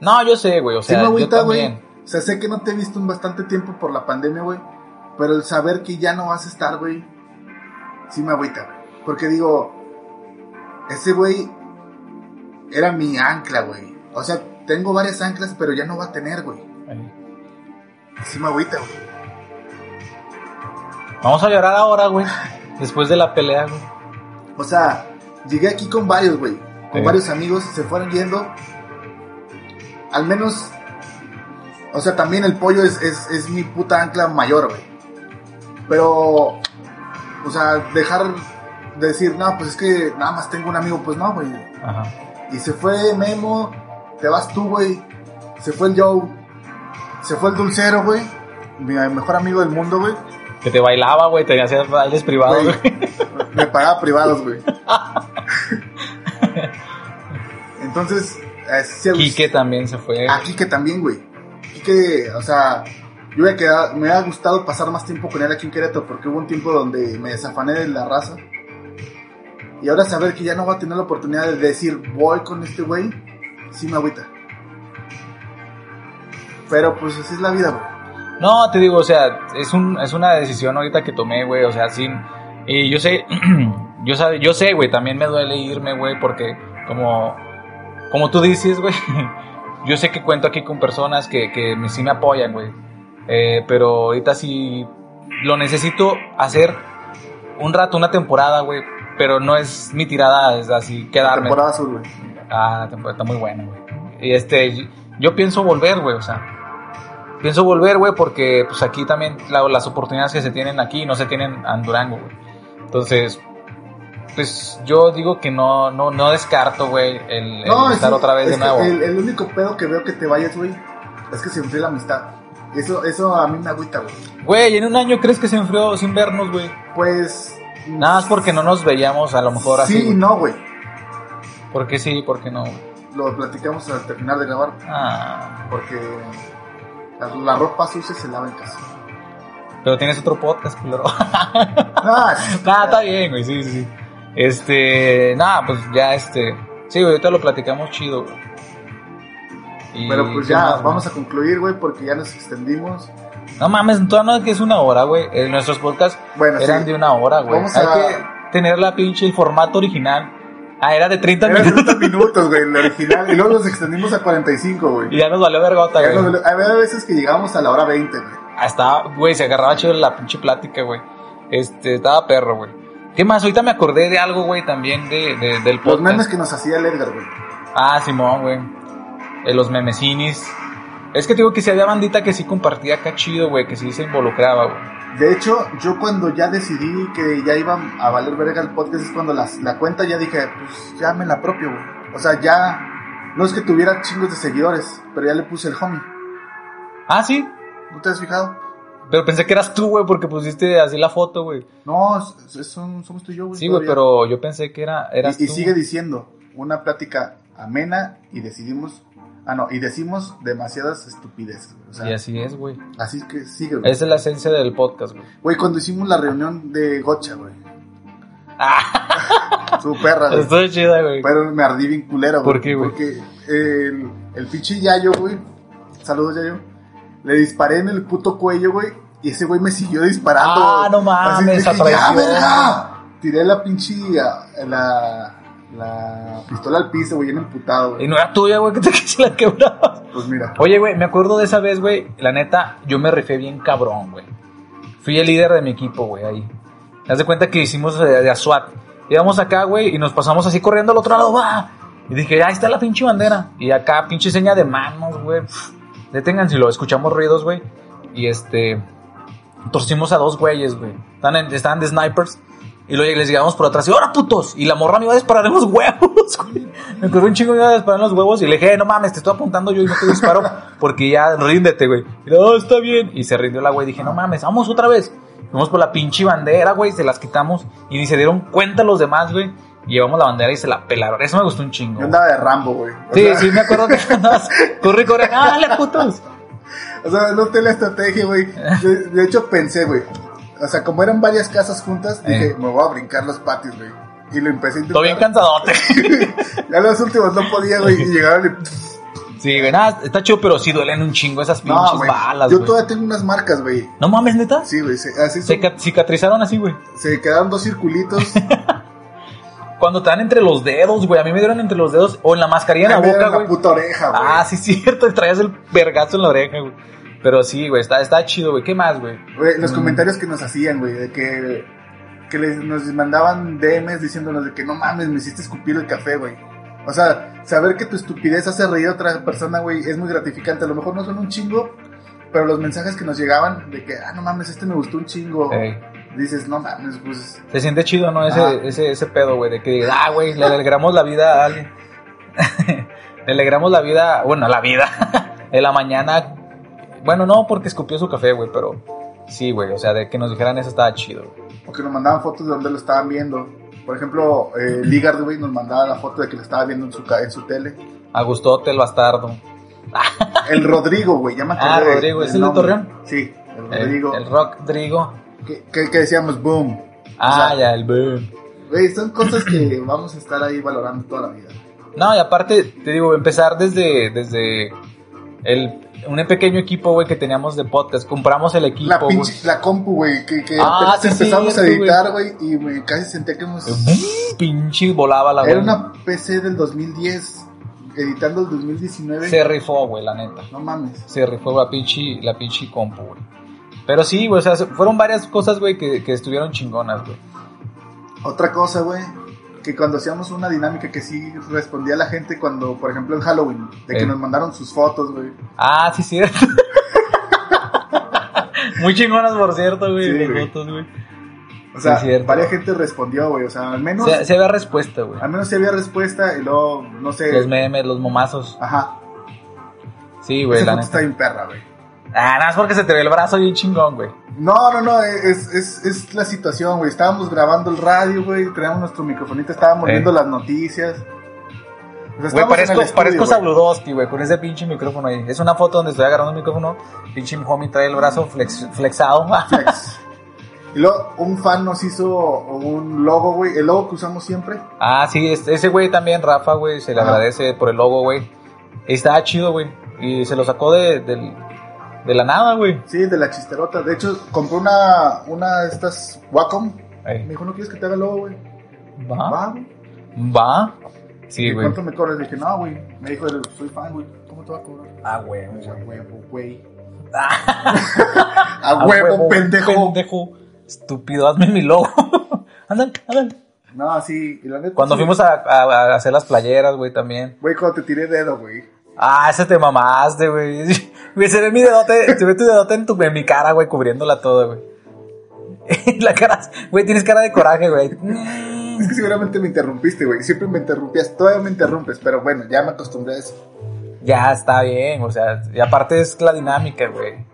Speaker 4: No, yo sé, güey, o
Speaker 5: Sí
Speaker 4: sea,
Speaker 5: me
Speaker 4: yo
Speaker 5: agüita, güey.
Speaker 4: también.
Speaker 5: O sea, sé que no te he visto en bastante tiempo por la pandemia, güey. Pero el saber que ya no vas a estar, güey, sí me agüita, güey. Porque digo, ese güey era mi ancla, güey. O sea, tengo varias anclas, pero ya no va a tener, güey.
Speaker 4: Eh,
Speaker 5: Sí me agüita, güey.
Speaker 4: Vamos a llorar ahora, güey. Después de la pelea, güey.
Speaker 5: O sea, llegué aquí con varios, güey. Con
Speaker 4: Sí.
Speaker 5: varios amigos, se fueron yendo. Al menos, o sea, también el pollo es, es, es mi puta ancla mayor, güey. Pero, o sea, dejar de decir, no, pues es que nada más tengo un amigo, pues no, güey.
Speaker 4: Ajá.
Speaker 5: Y se fue Memo, te vas tú, güey. Se fue el Joe, se fue el Dulcero, güey. Mi mejor amigo del mundo, güey.
Speaker 4: Que te bailaba, güey, te hacía bailes privados,
Speaker 5: Güey,
Speaker 4: güey.
Speaker 5: (laughs) me pagaba privados, güey. Entonces, eh, sí, güey.
Speaker 4: Quique también se fue.
Speaker 5: a Quique también, güey. Quique, o sea, yo me, quedado, me ha gustado pasar más tiempo con él aquí en Querétaro porque hubo un tiempo donde me desafané de la raza. Y ahora saber que ya no voy a tener la oportunidad de decir voy con este güey, sí me agüita. Pero pues así es la vida, güey.
Speaker 4: No, te digo, o sea, es, un, es una decisión ahorita que tomé, güey, o sea, sí. Y yo sé, (clears throat) yo, sabe, yo sé, güey, también me duele irme, güey, porque como, como tú dices, güey, (laughs) yo sé que cuento aquí con personas que, que me- sí me apoyan, güey. Eh, pero ahorita sí lo necesito hacer un rato, una temporada, güey. Pero no es mi tirada, es así quedarme.
Speaker 5: Temporada azul, güey.
Speaker 4: Ah, la temporada está muy buena, güey. Y este, yo pienso volver, güey, o sea. Pienso volver, güey, porque pues aquí también la- las oportunidades que se tienen aquí no se tienen en Durango, güey. Entonces, pues yo digo que no, no, no descarto, güey, el, el
Speaker 5: No, es-
Speaker 4: estar otra vez de
Speaker 5: es que
Speaker 4: nuevo.
Speaker 5: El, el único pedo que veo que te vayas, güey, es que se enfríe la amistad. Eso, eso a mí me agüita, güey.
Speaker 4: Güey, en un año crees que se enfrió sin vernos, güey.
Speaker 5: Pues.
Speaker 4: Nada más porque no nos veíamos a lo mejor así.
Speaker 5: Sí y
Speaker 4: güey.
Speaker 5: no, güey.
Speaker 4: ¿Por qué sí? ¿Por qué no? güey?
Speaker 5: Lo platicamos al terminar de grabar.
Speaker 4: Ah,
Speaker 5: Porque la, la ropa sucia se lava en
Speaker 4: (laughs)
Speaker 5: casa.
Speaker 4: pero tienes otro podcast, culero.
Speaker 5: Ah, sí.
Speaker 4: Nada, está bien, güey, sí, sí, sí. Este, nada, pues ya este. Sí, güey, ahorita lo platicamos chido, güey. Y-
Speaker 5: Pero pues
Speaker 4: ¿qué
Speaker 5: ya,
Speaker 4: más, güey?
Speaker 5: vamos a concluir, güey, porque ya nos extendimos.
Speaker 4: No mames, todavía no que es una hora, güey. Eh, nuestros podcasts
Speaker 5: Bueno,
Speaker 4: eran
Speaker 5: sí.
Speaker 4: de una hora, güey.
Speaker 5: Vamos
Speaker 4: Hay
Speaker 5: a-
Speaker 4: que tener la pinche, el formato original. Ah, era de 30
Speaker 5: Eran
Speaker 4: minutos
Speaker 5: 30 minutos, güey, el original. Y luego nos extendimos a 45,
Speaker 4: y
Speaker 5: güey.
Speaker 4: ya nos valió vergota,
Speaker 5: Ya
Speaker 4: güey.
Speaker 5: nos- Había veces que llegábamos a la hora 20, güey.
Speaker 4: Hasta, güey, se agarraba chido la pinche plática, güey. Este, estaba perro, güey. ¿Qué más? Ahorita me acordé de algo, güey, también de, de- del
Speaker 5: Los
Speaker 4: podcast.
Speaker 5: memes que nos hacía el Edgar, güey.
Speaker 4: Ah, Simón, güey. Eh, los memecinis. Es que te digo que si había bandita que sí compartía acá chido, güey, que sí se involucraba, güey.
Speaker 5: De hecho, yo cuando ya decidí que ya iba a valer verga el podcast es cuando las- la cuenta ya dije, pues ya me la propio, güey. O sea, ya no es que tuviera chingos de seguidores, pero ya le puse el homie.
Speaker 4: Ah, sí.
Speaker 5: ¿No te has fijado?
Speaker 4: Pero pensé que eras tú, güey, porque pusiste así la foto, güey.
Speaker 5: No, es- es- son- somos tú y yo, güey.
Speaker 4: Sí, güey,
Speaker 5: todavía.
Speaker 4: pero yo pensé que era, eras
Speaker 5: Y, y
Speaker 4: tú.
Speaker 5: sigue diciendo, una plática amena y decidimos... Ah, no, y decimos demasiadas estupideces, güey. O sea,
Speaker 4: Y así es, güey.
Speaker 5: así que sigue, güey.
Speaker 4: Esa es la esencia del podcast, güey.
Speaker 5: Güey, cuando hicimos la reunión de Gocha, güey.
Speaker 4: Ah,
Speaker 5: (laughs) Su perra, güey.
Speaker 4: estoy chida, güey.
Speaker 5: Pero me ardí bien culero, güey.
Speaker 4: ¿Por qué, güey?
Speaker 5: Porque el, el pinche Yayo, güey. Saludos, Yayo. Le disparé en el puto cuello, güey. Y ese güey me siguió disparando.
Speaker 4: Ah, no
Speaker 5: Así
Speaker 4: mames,
Speaker 5: dije, ¡Ya,
Speaker 4: atraición.
Speaker 5: verga! Tiré la pinche. ah, La, la pistola al piso, güey, bien
Speaker 4: Y
Speaker 5: emputado, güey.
Speaker 4: no era tuya, güey, que te (laughs) que se la quebrabas.
Speaker 5: Pues mira.
Speaker 4: Oye, güey, me acuerdo de esa vez, güey. La neta, yo me rifé bien cabrón, güey. Fui el líder de mi equipo, güey, ahí. Haz de cuenta que hicimos eh, de, a SWAT. Íbamos acá, güey, y nos pasamos así corriendo al otro lado, va. Y dije, ahí está la pinche bandera. Y acá, pinche seña de manos, güey. Pf, Deténganse, y lo escuchamos ruidos, güey. Y este. Torcimos a dos güeyes, güey. Estaban, en- estaban de snipers. Y luego les llegamos por atrás y ¡ahora putos! Y la morra me iba a disparar en los huevos, (laughs) güey. Me corrió un chingo me iba a disparar en los huevos y le dije, "Eh, no mames, te estoy apuntando yo y no te disparo (laughs) porque ya ríndete, güey. Y, No, está bien. Y se rindió la güey. Dije, no mames, vamos otra vez. Fuimos por la pinche bandera, güey, se las quitamos y ni se dieron cuenta los demás, güey. Llevamos la bandera y se la pelaron. Eso me gustó un chingo.
Speaker 5: Yo andaba de Rambo, güey. O
Speaker 4: Sí,
Speaker 5: sea,
Speaker 4: sí, me acuerdo que (laughs) andabas. Corre, corre. ¡Ah, dale, putos!
Speaker 5: O sea, no te la estrategia, güey. De, de hecho, pensé, güey. O sea, como eran varias casas juntas, dije,
Speaker 4: Eh.
Speaker 5: me voy a brincar los patios, güey. Y lo empecé a intentar.
Speaker 4: Todo bien cansadote.
Speaker 5: Ya los últimos no podía, güey. Y llegaron y.
Speaker 4: Sí, güey, nada, está chido, pero sí duelen un chingo esas pinches
Speaker 5: No, güey.
Speaker 4: balas,
Speaker 5: Yo
Speaker 4: güey.
Speaker 5: todavía tengo unas marcas, güey.
Speaker 4: No mames, neta.
Speaker 5: Sí, güey. Se, así
Speaker 4: Se
Speaker 5: son-
Speaker 4: ca- cicatrizaron así, güey.
Speaker 5: se quedaron dos circulitos.
Speaker 4: (laughs) Cuando te dan entre los dedos, güey. A mí me dieron entre los dedos o en la mascarilla en la
Speaker 5: Me dieron
Speaker 4: boca,
Speaker 5: la
Speaker 4: güey.
Speaker 5: puta oreja, güey.
Speaker 4: Ah, sí, (laughs) cierto. Traías el vergazo en la oreja, güey. Pero sí, güey, está, está chido, güey. ¿Qué más, güey?
Speaker 5: Güey, los
Speaker 4: Mm.
Speaker 5: comentarios que nos hacían, güey, de que, que les, nos mandaban DMs diciéndonos de que no mames, me hiciste escupir el café, güey. O sea, saber que tu estupidez hace reír a otra persona, güey, es muy gratificante. A lo mejor no son un chingo, pero los mensajes que nos llegaban de que, ah, no mames, este me gustó un chingo.
Speaker 4: Ey,
Speaker 5: Dices, no mames, pues.
Speaker 4: se siente chido, ¿no? Ese,
Speaker 5: Ah.
Speaker 4: ese, ese pedo, güey. De que digas, ah, güey, le alegramos la vida a alguien. (laughs) le alegramos la vida, bueno, la vida. (laughs) en la mañana. Bueno, no, porque escupió su café, güey, pero sí, güey. O sea, de que nos dijeran eso estaba chido, güey.
Speaker 5: O que nos mandaban fotos de donde lo estaban viendo. Por ejemplo,
Speaker 4: (laughs)
Speaker 5: eh, Ligard, güey, nos mandaba la foto de que lo estaba viendo en su, ca- en su tele.
Speaker 4: A gustote el bastardo.
Speaker 5: El Rodrigo, güey, ya me
Speaker 4: Ah,
Speaker 5: acordé
Speaker 4: Rodrigo,
Speaker 5: del
Speaker 4: ¿es el de
Speaker 5: nombre.
Speaker 4: Torreón?
Speaker 5: Sí, el
Speaker 4: El,
Speaker 5: Rodrigo.
Speaker 4: el rock Drigo.
Speaker 5: Que, que- que decíamos, boom.
Speaker 4: Ah,
Speaker 5: sea-
Speaker 4: ya, el boom.
Speaker 5: Güey, son
Speaker 4: (laughs)
Speaker 5: cosas que vamos a estar ahí valorando toda la vida.
Speaker 4: No, y aparte, te digo, empezar desde, desde el, un pequeño equipo, güey, que teníamos de podcast. Compramos el equipo,
Speaker 5: La
Speaker 4: güey.
Speaker 5: pinche, la compu, güey, que, que
Speaker 4: Ah,
Speaker 5: apenas
Speaker 4: sí,
Speaker 5: empezamos
Speaker 4: cierto,
Speaker 5: a editar, güey, y me casi sentía que hemos...
Speaker 4: Pinche volaba la
Speaker 5: Era
Speaker 4: güey.
Speaker 5: una PC del 2010, editando el 2019.
Speaker 4: Se rifó, güey, la neta.
Speaker 5: No mames.
Speaker 4: Se rifó la pinche, la pinche compu, güey. Pero sí, güey, o sea, fueron varias cosas, güey, que, que estuvieron chingonas, güey.
Speaker 5: Otra cosa, güey, que cuando hacíamos una dinámica que sí respondía la gente cuando, por ejemplo, en Halloween, de que
Speaker 4: Eh.
Speaker 5: nos mandaron sus fotos, güey.
Speaker 4: Ah, sí, (laughs) cierto. Muy chingonas, por cierto, güey,
Speaker 5: Sí,
Speaker 4: de
Speaker 5: güey.
Speaker 4: fotos, güey.
Speaker 5: O sea,
Speaker 4: Sí, cierto.
Speaker 5: varias gente respondió, güey, o sea, al menos,
Speaker 4: Se, se ve respuesta, güey.
Speaker 5: al menos sí había respuesta y luego, no sé...
Speaker 4: Los memes, los momazos.
Speaker 5: Ajá,
Speaker 4: Sí, güey,
Speaker 5: esa
Speaker 4: la neta.
Speaker 5: foto está bien perra, güey.
Speaker 4: Ah, nada más porque se te ve el brazo bien chingón, güey.
Speaker 5: No, no, no, es, es, es la situación, güey. Estábamos grabando el radio, güey, traíamos nuestro microfonito, estábamos
Speaker 4: Eh.
Speaker 5: viendo las noticias. O sea, estábamos
Speaker 4: Güey,
Speaker 5: en
Speaker 4: parezco,
Speaker 5: el estudio,
Speaker 4: parezco
Speaker 5: güey.
Speaker 4: Sabludowski, güey, con ese pinche micrófono ahí. Es una foto donde estoy agarrando el micrófono. Pinche homie trae el brazo flex- flexado. (laughs)
Speaker 5: Flex. Y luego un fan nos hizo un logo, güey, el logo que usamos siempre.
Speaker 4: ah, sí, es- ese güey también, Rafa, güey, se le
Speaker 5: Ajá.
Speaker 4: agradece por el logo, güey. Estaba chido, güey. Y se lo sacó de, del- de la nada, güey.
Speaker 5: Sí, de la chisterota. De hecho, compré una, una de estas Wacom. Me
Speaker 4: Ahí.
Speaker 5: dijo, ¿no quieres que te haga el logo, güey?
Speaker 4: Va,
Speaker 5: Va, güey.
Speaker 4: va. Ah, Sí,
Speaker 5: ¿Y
Speaker 4: güey.
Speaker 5: ¿Cuánto me cobras? Le dije, no, güey. Me dijo, soy fan, güey. ¿Cómo te va a cobrar?
Speaker 4: Ah, güey,
Speaker 5: O sea,
Speaker 4: güey.
Speaker 5: huevo, güey.
Speaker 4: (laughs)
Speaker 5: A huevo, pendejo.
Speaker 4: Ah, pendejo. Estúpido, hazme mi logo. (laughs) andan, andan.
Speaker 5: No, sí, y la neta.
Speaker 4: Cuando
Speaker 5: sí.
Speaker 4: fuimos a, a- a hacer las playeras, güey, también.
Speaker 5: Güey, cuando te tiré dedo, güey.
Speaker 4: Ah, ese te mamaste, güey. (laughs) Güey, se ve mi dedote, se ve tu dedote en, tu, en mi cara, güey, cubriéndola toda, güey. (laughs) La cara, güey, tienes cara de coraje, güey.
Speaker 5: Es que seguramente me interrumpiste, güey. Siempre me interrumpías, todavía me interrumpes, pero bueno, ya me acostumbré a eso.
Speaker 4: Ya está bien, o sea, y aparte es la dinámica, güey.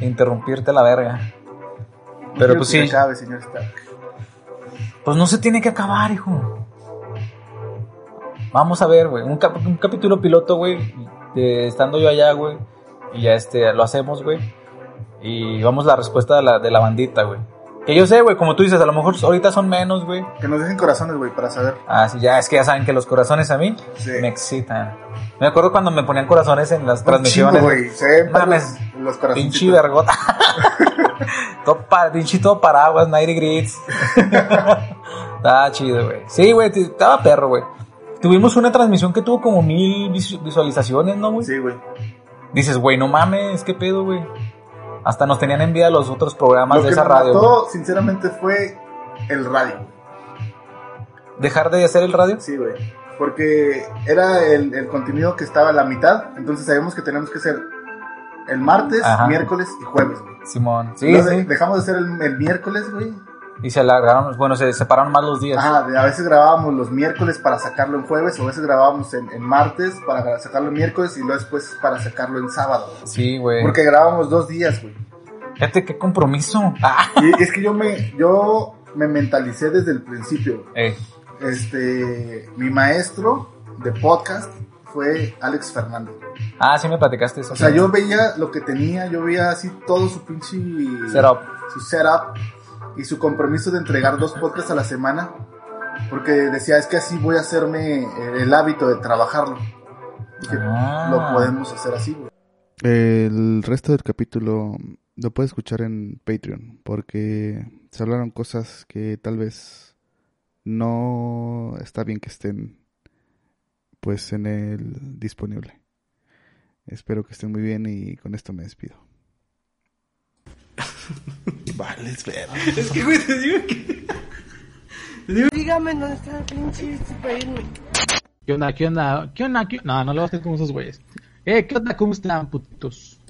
Speaker 4: Interrumpirte la verga.
Speaker 5: No
Speaker 4: Pero
Speaker 5: quiero
Speaker 4: pues
Speaker 5: que se
Speaker 4: sí.
Speaker 5: acabe, señor Stark.
Speaker 4: Pues no se tiene que acabar, hijo. Vamos a ver, güey. Un, cap- un capítulo piloto, güey. de Estando yo allá, güey. Y ya este, lo hacemos, güey. Y vamos la respuesta de la, de la bandita, güey. Que yo sé, güey, como tú dices, a lo mejor ahorita son menos, güey.
Speaker 5: Que nos dejen corazones, güey, para saber.
Speaker 4: Ah, sí, ya, es que ya saben que los corazones a mí
Speaker 5: Sí.
Speaker 4: me excitan. Me acuerdo cuando me ponían corazones en las
Speaker 5: Un chingo,
Speaker 4: transmisiones.
Speaker 5: güey. Siempre
Speaker 4: Mames.
Speaker 5: los, los
Speaker 4: Pinche
Speaker 5: (laughs) corazoncitos.
Speaker 4: vergota. Todo pa- pinche todo paraguas, 90
Speaker 5: (laughs)
Speaker 4: grits. estaba chido, güey. Sí, güey, te- estaba perro, güey. Tuvimos una transmisión que tuvo como mil visu- visualizaciones, ¿no, güey?
Speaker 5: Sí, güey.
Speaker 4: Dices, güey, no mames, qué pedo, güey. Hasta nos tenían envidia los otros programas
Speaker 5: Lo
Speaker 4: de
Speaker 5: que
Speaker 4: esa
Speaker 5: me
Speaker 4: radio. güey.
Speaker 5: mató, sinceramente, fue el radio.
Speaker 4: ¿Dejar de hacer el radio?
Speaker 5: Sí, güey. Porque era el, el contenido que estaba a la mitad, entonces sabíamos que teníamos que hacer el martes,
Speaker 4: Ajá.
Speaker 5: miércoles y jueves, güey.
Speaker 4: Simón. Sí,
Speaker 5: Lo
Speaker 4: sí.
Speaker 5: de- Dejamos de hacer el, el miércoles, güey.
Speaker 4: Y se alargaron, bueno, se separaron más los días.
Speaker 5: Ajá, de- a veces grabábamos los miércoles para sacarlo en jueves, o a veces grabábamos en, en martes para gra- sacarlo en miércoles y luego después para sacarlo en sábado. güey.
Speaker 4: Sí, güey.
Speaker 5: Porque grabábamos dos días, güey.
Speaker 4: Fíjate qué compromiso. Ah.
Speaker 5: Y es que yo me, yo me mentalicé desde el principio.
Speaker 4: Ey,
Speaker 5: Este, mi maestro de podcast fue Alex Fernández.
Speaker 4: Ah, sí me platicaste eso.
Speaker 5: O sea, yo veía lo que tenía, yo veía así todo su pinche
Speaker 4: Setup.
Speaker 5: su setup y su compromiso de entregar dos podcasts a la semana. Porque decía, es que así voy a hacerme eh, el hábito de trabajarlo. Dije,
Speaker 4: Ah.
Speaker 5: lo podemos hacer así, güey.
Speaker 6: El resto del capítulo lo puedes escuchar en Patreon, porque se hablaron cosas que tal vez no está bien que estén pues en el disponible. Espero que estén muy bien y con esto me despido. vale, espera.
Speaker 7: Es que, güey, te digo que.
Speaker 8: Dígame dónde está la pinche este para irme.
Speaker 9: ¿Qué onda? ¿Qué onda? ¿Qué onda? ¿Qué onda? No, no lo vas a hacer con esos güeyes. Eh, ¿qué onda? ¿Cómo están, putitos?